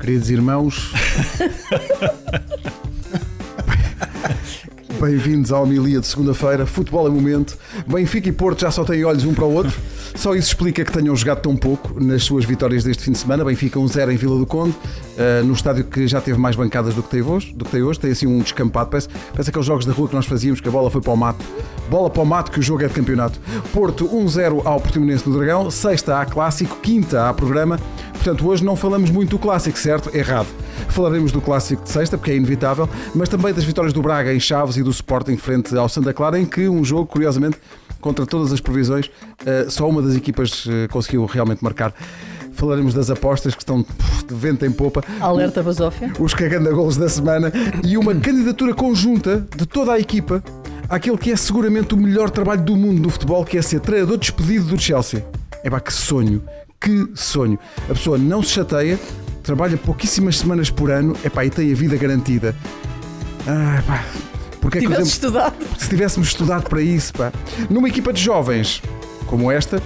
Queridos irmãos, bem-vindos à homilia de segunda-feira. Futebol é momento. Benfica e Porto já só têm olhos um para o outro. Só isso explica que tenham jogado tão pouco nas suas vitórias deste fim de semana. Benfica 1-0 em Vila do Conde, eh, no estádio que já teve mais bancadas do que tem hoje. Do que tem, hoje. tem assim um descampado. Parece, parece aqueles jogos da rua que nós fazíamos que a bola foi para o mato. Bola para o mato que o jogo é de campeonato. Porto 1-0 ao Portimonense do Dragão. Sexta há clássico, quinta há programa. Portanto, hoje não falamos muito do clássico, certo? Errado. Falaremos do clássico de sexta, porque é inevitável, mas também das vitórias do Braga em Chaves e do Sporting frente ao Santa Clara, em que um jogo, curiosamente, contra todas as previsões, eh, só uma das equipas eh, conseguiu realmente marcar. Falaremos das apostas que estão puf, de vento em popa, Alerta Basófia. os cagando-golos da semana e uma candidatura conjunta de toda a equipa àquele que é seguramente o melhor trabalho do mundo do futebol, que é ser treinador despedido do Chelsea. É pá, que sonho, que sonho. A pessoa não se chateia, trabalha pouquíssimas semanas por ano, é pá, e tem a vida garantida. Ah, pá, porque é que o Tivesse tempo- estudado. se tivéssemos estudado para isso, pá. Numa equipa de jovens como esta,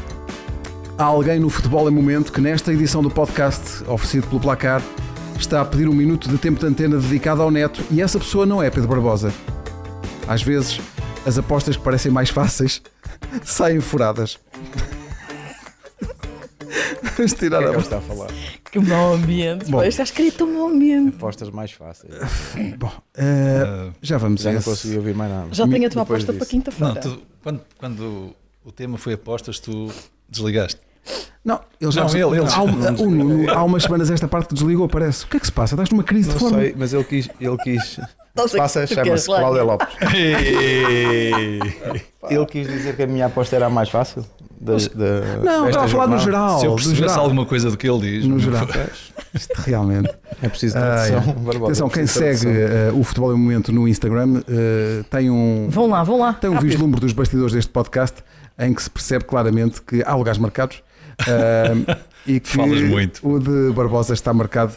há alguém no Futebol em Momento que nesta edição do podcast, oferecido pelo Placar, está a pedir um minuto de tempo de antena dedicado ao neto e essa pessoa não é Pedro Barbosa. Às vezes, as apostas que parecem mais fáceis saem furadas. Vamos tirar O que é que a ele está a falar? Que mau ambiente. Bom. Bom. Estás escrito um mau ambiente. Apostas mais fáceis. Bom, eh, já vamos Já a não esse. consegui ouvir mais nada. Já tenho a tua Depois aposta para disso. quinta-feira. Não, Tá. tu- quando, quando o tema foi apostas, tu desligaste. Não, ele já Não, desligou. ele, ele. há, um- o Nuno, há umas semanas esta parte que desligou, parece. O que é que se passa? Estás numa crise tá de Não forma. sei, mas ele quis. Ele quis Não sei passa, o que tu queres chama-se lá. Cláudia Lopes. Ele quis dizer que a minha aposta era a mais fácil. Da, da, Não, desta estava a falar no jornada. geral. Se eu do percebesse geral. alguma coisa do que ele diz, No geral. Isto realmente. É preciso Ai, tradução. Barbosa, Atenção, é quem preciso segue tradução. eh, o Futebol em Momento no Instagram eh, tem um, Vão lá, vão lá. tem um Rápido. vislumbre dos bastidores deste podcast em que se percebe claramente que há lugares marcados. eh, e que Falas muito. o de Barbosa está marcado.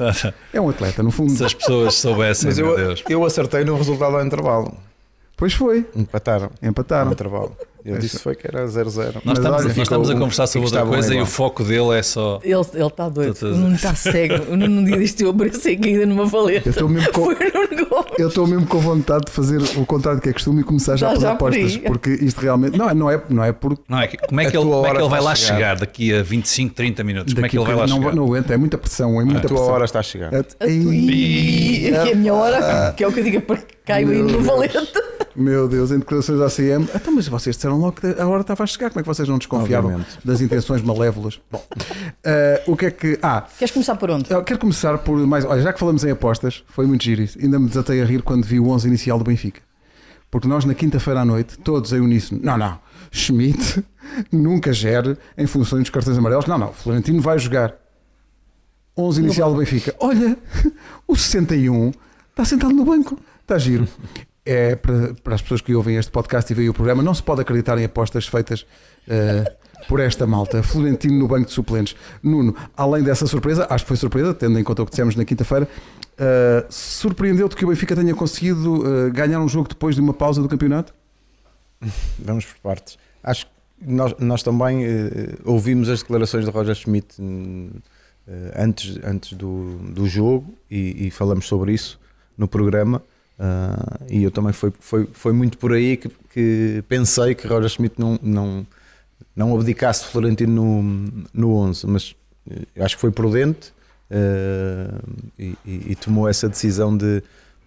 É um atleta, no fundo. se as pessoas soubessem, Mas meu eu, Deus. eu acertei no resultado ao intervalo. Pois foi, Empataram. Ao empataram. intervalo. Eu disse foi que era 0-0. Nós Mas estamos, olha, nós ficou estamos a um- conversar sobre outra ficava um coisa e igual. o foco dele é só. Ele ele está doido. Tu- O tu- Nuno está cego. O Nuno um dia disse eu apareci caída numa valeta. Eu estou mesmo com- Foi o Nuno Gomes. Eu estou mesmo com vontade de fazer o contrário que é costume e começar já, Já- pelas já por apostas, aí. porque isto realmente. Não, é- não é, não é por. Não é que- como é A que ele, tua como é que hora ele vai está lá a chegar? chegar. daqui a 25, 30 minutos? Como é daqui que a ele vai lá bocadinho não, chegar? Ah. não aguenta, é muita pressão, é muita A tua pressão. hora está a chegar. É- Ih, Aqui é a minha hora, que é o que eu digo, para caio aí Meu numa Deus. valeta. Meu Deus, em declarações da ACM. Então, mas vocês disseram logo que a hora estava a chegar. Como é que vocês não desconfiavam Obviamente. das intenções malévolas? Bom, eh, o que é que. Ah, Queres começar por onde? eu quero começar por mais. Olha, já que falamos em apostas, foi muito giro isso. Ainda me desatei a rir quando vi o 11 inicial do Benfica. Porque nós, na quinta-feira à noite, todos em uníssono, não, não, Schmidt nunca gere em função dos cartões amarelos, não, não, Florentino vai jogar. 11 inicial do Benfica. Olha, o 61 está sentado no banco. Está giro. É para, para as pessoas que ouvem este podcast e veem o programa, não se pode acreditar em apostas feitas eh, por esta malta. Florentino no banco de suplentes. Nuno, além dessa surpresa, acho que foi surpresa, tendo em conta o que dissemos na quinta-feira, eh, surpreendeu-te que o Benfica tenha conseguido eh, ganhar um jogo depois de uma pausa do campeonato? Vamos por partes. Acho que nós, nós também eh, ouvimos as declarações de Roger Schmidt hum, eh, antes, antes do, do jogo e, e falamos sobre isso no programa. ah, e eu também foi, foi, foi muito por aí que, que pensei que Roger Schmidt não, não, não abdicasse de Florentino no, no 11, mas eh, eu acho que foi prudente eh, e, e- e tomou essa decisão de,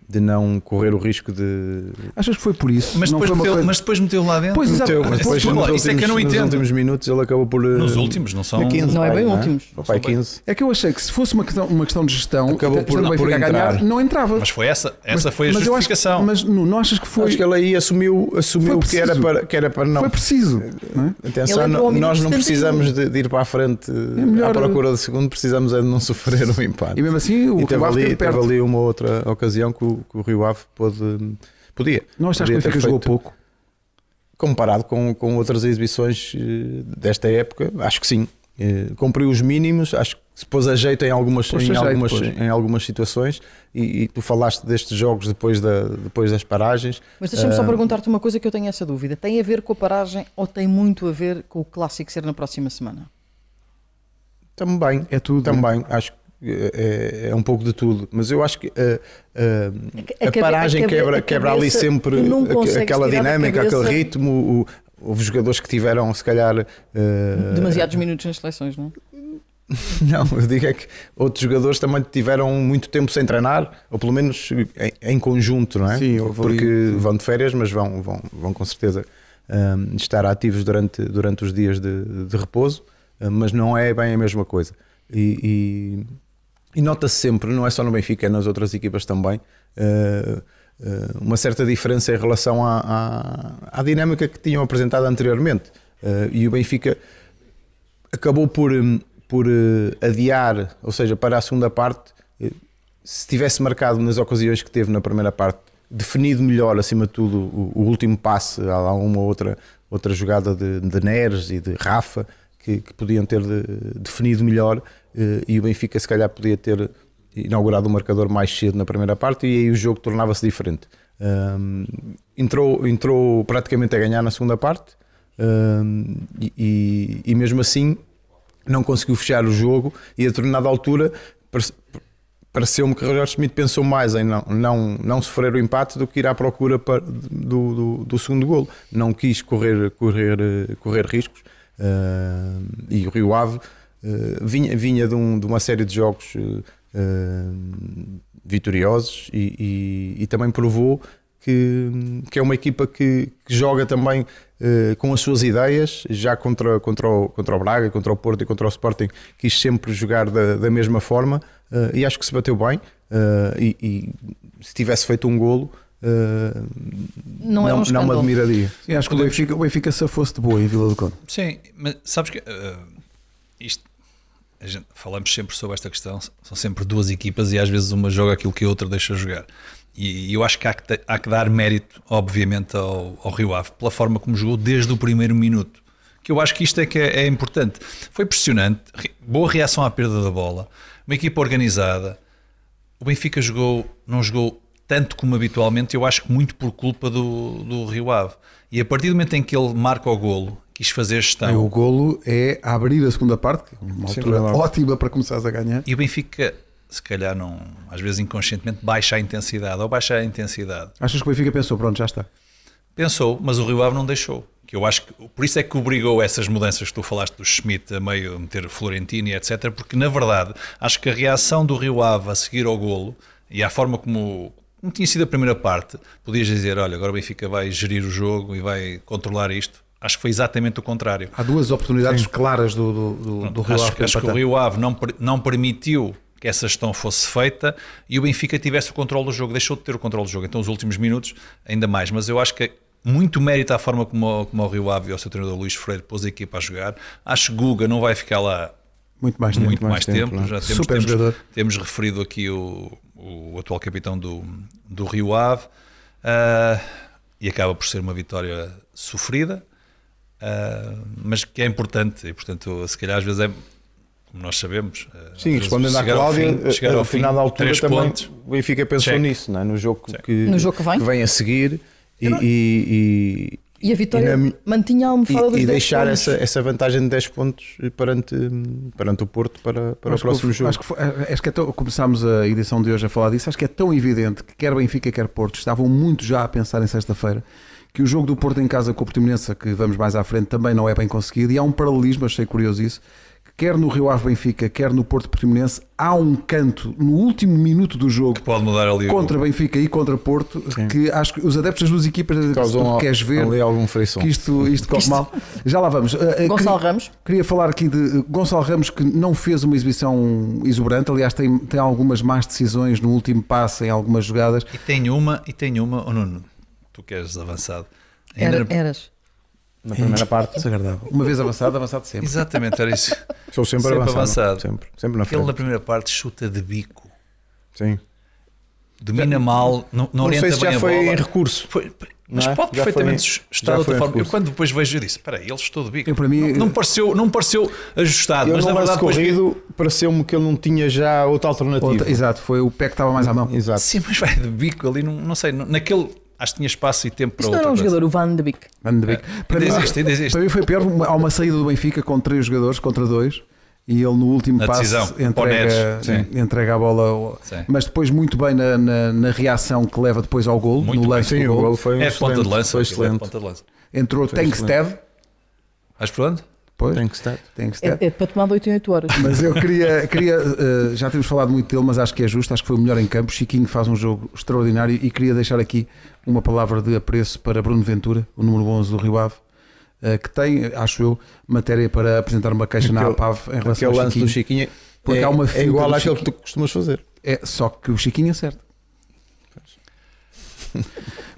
de não correr o risco de, Achas que foi por isso? Mas, não depois foi uma meteu, coisa- mas depois meteu lá dentro. Pois, exato. Meteu, mas depois Isso nos é que eu não últimos- entendo. Nos últimos minutos ele acabou por. eh, Nos últimos, não são? um- na 15, Não é vai, bem últimos. Ou Vai 15. É que eu achei que se fosse uma questão, uma questão de gestão, Acabou estando por- o por Benfica a ganhar, entrar. não entrava. Mas foi essa, essa foi a mas eu acho que- justificação. mas não, não achas que foi, Acho que ele aí assumiu, assumiu Foi que, era preciso. para, que era para não. foi preciso? não é? Atenção, Ele entrou ao não- minuto nós 71. não precisamos de, de ir para a frente eh, melhor- à procura do segundo, precisamos é de não sofrer um empate. E mesmo assim o E teve Rio Ave ali, teve teve perto. ali uma outra ocasião que o, que o Rio Ave pôde, podia. Não achas que o podia ter Benfica jogou feito. pouco? Comparado com, com outras exibições eh, desta época, acho que sim. Eh, Cumpriu os mínimos, acho que se pôs a jeito em algumas, Pôs-se em a jeito, algumas, pois. em algumas situações. E, e tu falaste destes jogos depois, da, depois das paragens. Mas deixa-me só Ah, perguntar-te uma coisa que eu tenho essa dúvida. Tem a ver com a paragem ou tem muito a ver com o clássico ser na próxima semana? Também, É tudo. também. Acho que é, é um pouco de tudo, mas eu acho que eh, eh, a, A cabe- a paragem cabe- quebra, a quebra ali cabeça, tu sempre não aque- consegues aquela tirar da dinâmica, aquele cabeça- ritmo. o- Houve jogadores que tiveram, se calhar. eh, Demasiados minutos nas seleções, não é? Não, eu digo é que outros jogadores também tiveram muito tempo sem treinar, ou pelo menos em, em conjunto, não é? Sim, houve ali- um- Porque vão de férias, mas vão, vão, vão com certeza hum, estar ativos durante, durante os dias de, de repouso, hum, mas não é bem a mesma coisa. E, e- e nota-se sempre, não é só no Benfica, é nas outras equipas também. eh, eh, uma certa diferença em relação à, à, à dinâmica que tinham apresentado anteriormente. Eh, e o Benfica acabou por, hum, por eh, adiar, ou seja, para a segunda parte, eh, se tivesse marcado nas ocasiões que teve na primeira parte, definido melhor, acima de tudo, o, o último passe, há lá uma ou outra, outra jogada de, de Neres e de Rafa, que, que podiam ter de- definido melhor, eh, e o Benfica se calhar podia ter inaugurado o marcador mais cedo na primeira parte, e aí o jogo tornava-se diferente. Hum, entrou, entrou praticamente a ganhar na segunda parte, Hum, e- e, e mesmo assim não conseguiu fechar o jogo e a determinada altura pare- pareceu-me que Roger Schmidt pensou mais em não, não, não sofrer o empate do que ir à procura pa- do, do, do segundo golo. Não quis correr, correr, eh, correr riscos Hum, e o Rio Ave eh, vinha, vinha de, um- de uma série de jogos eh, hum, vitoriosos e, e- e também provou que, que é uma equipa que, que joga também eh, com as suas ideias, já contra, contra, o, contra o Braga, contra o Porto e contra o Sporting, quis sempre jogar da, da mesma forma eh, e acho que se bateu bem. eh, e, e se tivesse feito um golo, eh, Não era um não, me escândalo. admiraria. Sim, acho que o Benfica, o Benfica se fosse de boa em Vila do Conde. Sim, mas sabes que eh, isto a gente- falamos sempre sobre esta questão, são sempre duas equipas e às vezes uma joga aquilo que a outra deixa jogar. E, eu acho que há que, te- há que dar mérito, obviamente, ao, ao Rio Ave pela forma como jogou desde o primeiro minuto. Que eu acho que isto é que é, é importante. Foi impressionante, re- boa reação à perda da bola, uma equipa organizada. O Benfica jogou, não jogou tanto como habitualmente, eu acho que muito por culpa do, do Rio Ave. E a partir do momento em que ele marca o golo, quis fazer gestão. o golo é abrir a segunda parte, que é uma Sim, altura verdade. ótima para começares a ganhar. E o Benfica, se calhar, não, às vezes inconscientemente, baixa a intensidade ou baixa a intensidade. Achas que o Benfica pensou, pronto, já está. Pensou, mas o Rio Ave não deixou. Que eu acho que, por isso é que obrigou essas mudanças que tu falaste do Schmidt a meio meter Florentino e etc. Porque, na verdade, acho que a reação do Rio Ave a seguir ao golo e à forma como, como tinha sido a primeira parte, podias dizer: olha, agora o Benfica vai gerir o jogo e vai controlar isto. Acho que foi exatamente o contrário. Há duas oportunidades claras do, do, do, do Rio acho, Ave para acho que o empatar. Rio Ave não, per- não permitiu que essa gestão fosse feita e o Benfica tivesse o controle do jogo, deixou de ter o controle do jogo. Então, os últimos minutos, ainda mais. Mas eu acho que muito mérito à forma como, o- como o Rio Ave e o seu treinador Luís Freire pôs a equipa a jogar. Acho que Guga não vai ficar lá Muito mais tempo. muito mais mais tempo, tempo. não é? Já temos, Super temos- jogador. temos referido aqui o, o atual capitão do, do Rio Ave ah, e acaba por ser uma vitória sofrida, ah, mas que é importante. E, portanto, se calhar às vezes é. Como nós sabemos, ah, às Sim, vezes respondendo à chegar ao Cláudia, eh, fim- chegar a- ao a final fim, da altura três também pontos. o Benfica pensou Check. nisso, não é? no, jogo que, No jogo que vem. a seguir e, e- e- E a vitória E na- mantinha a almofada dos e, e 10 deixar pontos. essa, essa vantagem de 10 pontos perante, perante o Porto para, para o Acho que próximo houve- jogo. Acho que, foi- acho que é tão- começámos a edição de hoje a falar disso. Acho que é tão evidente que quer Benfica, quer Porto estavam muito já a pensar em sexta-feira que o jogo do Porto em casa com o Portimonense, que vamos mais à frente, também não é bem conseguido. E há um paralelismo, achei curioso isso, que quer no Rio Ave Benfica, quer no Porto Portimonense, há um canto no último minuto do jogo. Pode mudar ali o- Contra Benfica e contra Porto, que acho que os adeptos das duas equipas Causam tu al- queres ver ali algum frição. que isto, isto corre mal. Já lá vamos. Uh, uh, Gonçalo queria- Ramos. Queria falar aqui de eh, Gonçalo Ramos, que não fez uma exibição exuberante. Aliás, tem, tem algumas más decisões no último passe, em algumas jogadas. E tem uma, e tem uma, oh, Nuno, tu queres avançado. Ainda Era, não- eras. Na primeira parte, Desagradável. Uma vez avançado, avançado sempre. Exatamente, era isso. sou sempre, Sempre avançado. avançado. Sempre, sempre na Aquele frente. na primeira parte chuta de bico, Sim. domina mal, não, não Não, orienta sei se bem já a foi bola. em recurso. Foi- mas Não é? pode Já perfeitamente foi- estar já de outra foi forma. Eu recurso. quando depois vejo, eu disse: espera aí, ele estou de bico. Eu, para mim, não, não, pareceu, não pareceu ajustado, Eu mas no na lance verdade depois. vi- corrido pareceu-me que ele não tinha já outra alternativa. Outra- exato, foi o pé que estava mais à mão. Exato. Sim, mas vai de bico ali, não, não sei. não- Naquele, acho que tinha espaço e tempo para Isto não era outra um coisa. jogador, o Van de Beek. Van de Beek. Para, Ainda mim, existe, ainda existe. para mim foi pior. uma- Há uma saída do Benfica com três jogadores contra dois. e ele no último Na passo decisão, para o entrega, Neres, sim. entrega a bola, ao- Sim. mas depois muito bem na, na- na reação que leva depois ao golo, Muito no lance Sim, do o golo. gol foi um É excelente. ponta de lança. Foi aquilo É excelente. ponta de lança. Entrou Foi Tankstead, Vais por onde? depois Tem que estar. Tankstead. É, é para tomar de 8 em 8 horas. Mas eu queria, queria eh, já temos falado muito dele, mas acho que é justo, acho que foi o melhor em campo. Chiquinho faz um jogo extraordinário e queria deixar aqui uma palavra de apreço para Bruno Ventura, o número 11 do Rio Ave, eh, que tem, acho eu, matéria para apresentar uma queixa na Aquele- APAV em Aquele relação ao lance Chiquinho. do Chiquinha Porque é, há uma é fita igual do àquele que Chiquinho. tu costumas fazer. É, só que o Chiquinho acerta.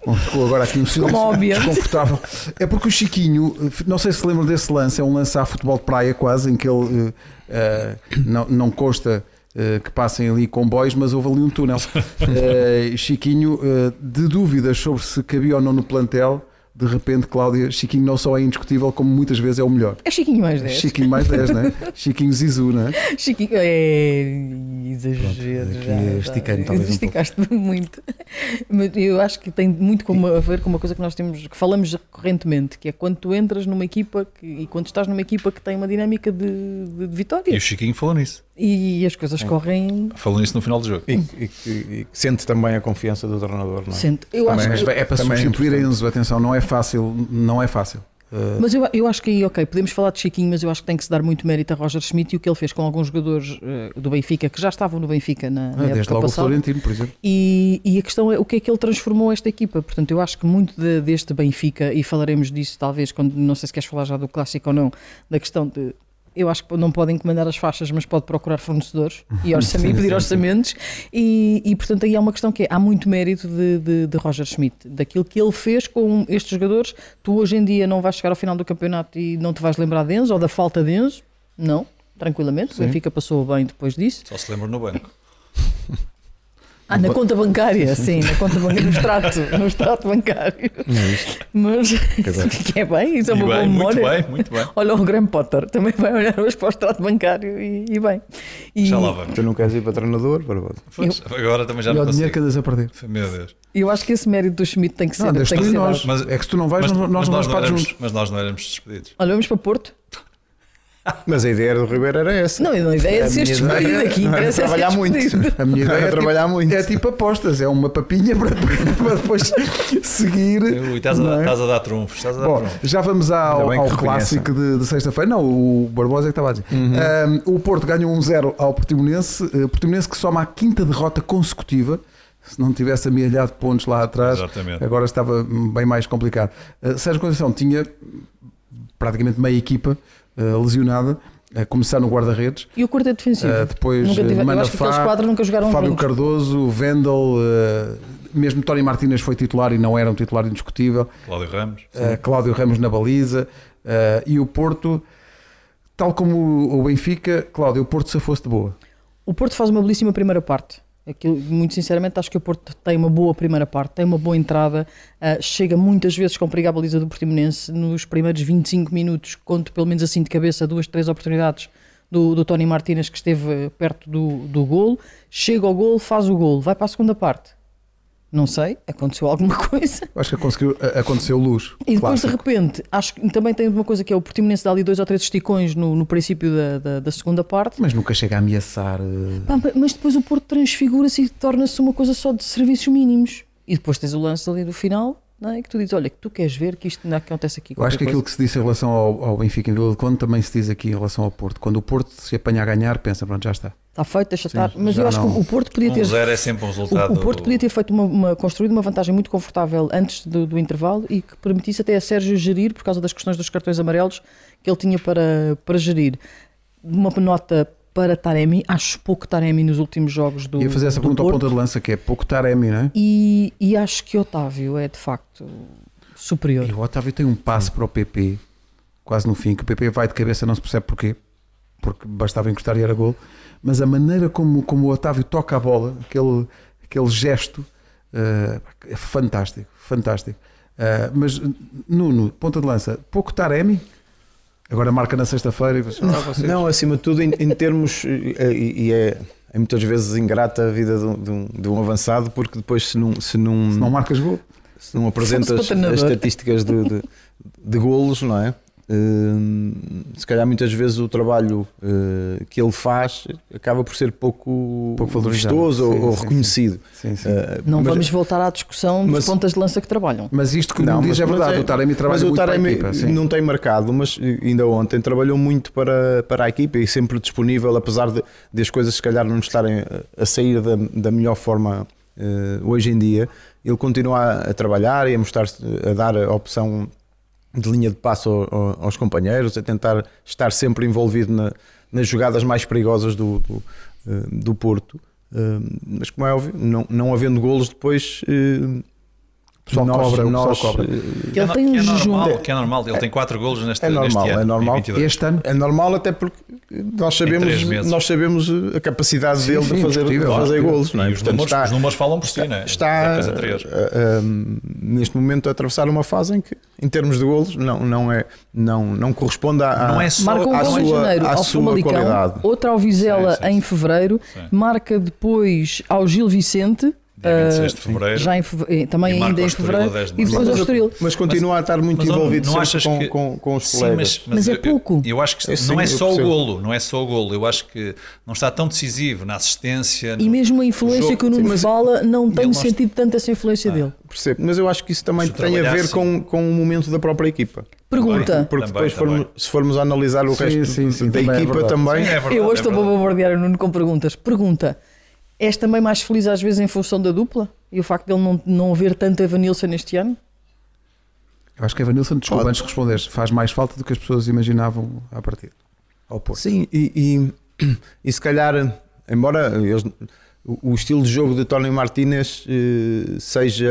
Bom, ficou agora aqui um silêncio Como obviamente. desconfortável. É porque o Chiquinho, eh, não sei se lembram desse lance, é um lance a futebol de praia quase, em que ele eh, eh, não, não consta eh, que passem ali comboios, mas houve ali um túnel. Eh, Chiquinho, eh, de dúvidas sobre se cabia ou não no plantel, de repente, Cláudia, Chiquinho não só é indiscutível, como muitas vezes é o melhor. É Chiquinho mais 10. Chiquinho mais 10, né? Chiquinho Zizu, né? Chiquinho. É. Exagero. Pronto, aqui já, já. estiquei-me talvez um Esticaste muito. Mas eu acho que tem muito como a ver com uma coisa que nós temos, que falamos recorrentemente, que é quando tu entras numa equipa que- e quando estás numa equipa que tem uma dinâmica de, de, de E o vitórias. Chiquinho falou nisso. E, as coisas correm. Falou nisso no final do jogo. E, e que- e que sente também a confiança do treinador, não é? Sente. Eu acho Mas que- é para Também é substituir a importante. Enzo, atenção, não é fácil, não é fácil. Eh, Mas eu, eu acho que aí, ok, podemos falar de Chiquinho, mas eu acho que tem que se dar muito mérito a Roger Schmidt e o que ele fez com alguns jogadores eh, do Benfica que já estavam no Benfica na, na Ah, desde época logo o passada. Florentino, por exemplo. E, e a questão é o que é que ele transformou esta equipa. Portanto, eu acho que muito de- deste Benfica, e falaremos disso talvez quando não sei se queres falar já do clássico ou não, da questão de. Eu acho que não podem encomendar as faixas, mas pode procurar fornecedores e orçamento, pedir orçamentos. E, e, portanto, aí há uma questão que é: há muito mérito de, de- de Roger Schmidt, daquilo que ele fez com estes jogadores. Tu hoje em dia não vais chegar ao final do campeonato e não te vais lembrar de Enzo ou da falta de Enzo? Não, tranquilamente. O Benfica passou bem depois disso. Só se lembra no banco. Ah, na conta bancária, sim, na conta bancária, no extrato, no extrato bancário. Mas, que é bem, isso é E uma boa bem, muito memória. bem, muito bem. Olha o Graham Potter, também vai olhar hoje para o extrato bancário e, e bem. E Já lá vamos. Tu não queres ir para treinador? Bárbara? Pois, Agora também já E é não o dinheiro que consigo. andas a perder. Meu Deus. eu acho que esse mérito do Schmidt tem que ser. Não, andas tem tu que e ser nós. dado. Mas- é que se tu não vais, não- nós não vamos para éramos, juntos. mas nós não éramos despedidos. Olha, vamos para Porto. Mas a ideia do Ribeiro era essa. Não, não, a ideia é de A ser minha despedido ideia aqui. não era interessa é ser trabalhar muito. despedido. A minha ideia Vai é trabalhar tipo, muito. É tipo apostas, é uma papinha para, para depois seguir. Ui, estás, não a, é? estás a dar trunfos. Estás a dar Bom, trunfos. já vamos ao, Ainda bem que ao reconhecem. Uhum. clássico de, de sexta-feira. Não, o Barbosa é que estava a dizer. Um, o Porto ganhou 1-0 ao Portimonense. Uh, Portimonense que soma a quinta derrota consecutiva. Se não tivesse amealhado pontos lá atrás, Exatamente. agora estava bem mais complicado. Uh, Sérgio Conceição tinha praticamente meia equipa uh, lesionada, a começar no guarda-redes. E o quarteto defensivo? Uh, depois nunca uh, tive, eu acho que Manafá, aqueles quadros nunca jogaram Fábio juntos. Cardoso, Vendel, uh, mesmo Tony Martínez foi titular e não era um titular indiscutível. Cláudio Ramos. Uh, Cláudio Ramos na baliza uh, e o Porto, tal como o- o Benfica, Cláudio, o Porto se fosse de boa. O Porto faz uma belíssima primeira parte. Aquilo, muito sinceramente, acho que o Porto tem uma boa primeira parte, tem uma boa entrada, ah, chega muitas vezes com perigo à baliza do Portimonense. Nos primeiros 25 minutos, conto pelo menos assim de cabeça duas, três oportunidades do, do Tony Martínez que esteve eh, perto do, do golo. Chega ao golo, faz o golo, vai para a segunda parte. Não sei, aconteceu alguma coisa. Eu Acho que conseguiu- a- aconteceu luz. E depois clássico. de repente, acho que também tem uma coisa que é o Portimonense dá ali dois ou três esticões no, no princípio da, da, da segunda parte. Mas nunca chega a ameaçar. uh, Pá, ma- mas depois o Porto transfigura-se e torna-se uma coisa só de serviços mínimos. E depois tens o lance ali do final, não é? Que tu dizes, olha, que tu queres ver que isto ainda acontece Eu aqui. acho que qualquer aquilo que se disse em relação ao, ao Benfica em Vila de Conde também se diz aqui em relação ao Porto. Quando o Porto se apanha a ganhar, pensa, pronto, já está. coisa. Está feito, deixa estar. Sim, Mas já eu acho não- que o Porto podia ter. 1-0 é sempre um resultado. o, o Porto podia ter feito uma, uma- construído uma vantagem muito confortável antes do, do intervalo e que permitisse até a Sérgio gerir por causa das questões dos cartões amarelos que ele tinha para, para gerir. Uma nota para Taremi, acho pouco Taremi nos últimos jogos do Ia fazer essa do pergunta ao Porto. ponta de lança, que é pouco Taremi, não é? E, e acho que Otávio é de facto superior. E o Otávio tem um passe Hum. para o PP, quase no fim, que o PP vai de cabeça, não se percebe porquê, porque bastava encostar e era gol. Mas a maneira como, como o Otávio toca a bola, aquele, aquele gesto, eh, é fantástico, fantástico. Eh, mas, Nuno, ponta de lança, pouco Taremi, agora marca na sexta-feira e você, ah, vocês- Não, acima de tudo, em, em termos. eh, E, e é, é muitas vezes ingrata a vida de um, de um- de um avançado, porque depois, se não, se não, se não marcas gol. se não apresentas Fosse para as treinador. estatísticas de, de, de golos, não é? eh, se calhar muitas vezes o trabalho eh, que ele faz acaba por ser pouco, Pouco valorizado. vistoso ou, Sim, ou sim, reconhecido. Sim, sim. Eh, Não mas- vamos voltar à discussão dos mas- pontas de lança que trabalham. Mas isto que Não, não diz mas- é verdade. mas é- o Taremi trabalha Mas o muito para a Taremi equipa. Sim. não tem marcado, mas ainda ontem trabalhou muito para, para a equipa e sempre disponível, apesar de, de as coisas se calhar não estarem a- a sair da, da melhor forma eh, hoje em dia. Ele continua a, a trabalhar e a mostrar a dar a opção de linha de passo ao- ao- aos companheiros, a tentar estar sempre envolvido na- nas jogadas mais perigosas do, do, eh, do Porto. Eh, Mas como é óbvio, não, não havendo golos depois. eh, pessoal cobra, o pessoal cobra. eh, Ele no- tem um que é jejum. normal, que é normal. Ele tem 4 golos neste, é normal, neste ano. é em normal. 22. Este ano, É normal até porque nós três sabemos, meses. nós sabemos eh, a capacidade Sim, dele sim, de fazer, de discutível, fazer discutível. golos, não é? E os, Portanto, números, está, os números falam por si, não é? está, Das anteriores. ah, ah, neste momento a atravessar uma fase em que, em termos de golos, não, não, é, não, não corresponde à, à- Não é só- Marca um à gol em sua- janeiro à ao sua Famalicão, qualidade. outra ao Vizela Sim, sim, em sim. fevereiro, Sim. marca depois ao Gil Vicente, Dia 26 de ah, fevereiro. já em feve- eh, também E marca ainda ao em Estoril fevereiro, a 10 de e depois março. ao Estoril. mas continua a estar muito Mas, homem, envolvido não sempre achas com, que- com, com os Sim, colegas. Mas é eu- pouco. Eu, acho que Eu sim, não é eu só o percebo. golo, não é só o golo. Eu acho que não está tão decisivo na assistência. E no- mesmo a influência jogo, que o Nuno mas- fala, não tenho mostra- Ah. sentido tanto essa influência dele. Percebo, mas eu acho que isso também Se tem a ver trabalhasse- com, com o momento da própria equipa. Pergunta. Porque Também, depois, formos- também. se formos analisar o Sim, resto sim, sim, da também é equipa verdade. também, Sim, é verdade, eu hoje é estou verdade. a bombardear o Nuno com perguntas. Pergunta: és também mais feliz às vezes em função da dupla? E o facto dele não, não haver tanto Evanilson neste ano? eu acho que Evanilson, desculpa, Pode. antes de responderes, faz mais falta do que as pessoas imaginavam à partida. Ao Porto. Sim, e, e, e se calhar, embora eles- o o estilo de jogo de Tony Martinez eh, seja.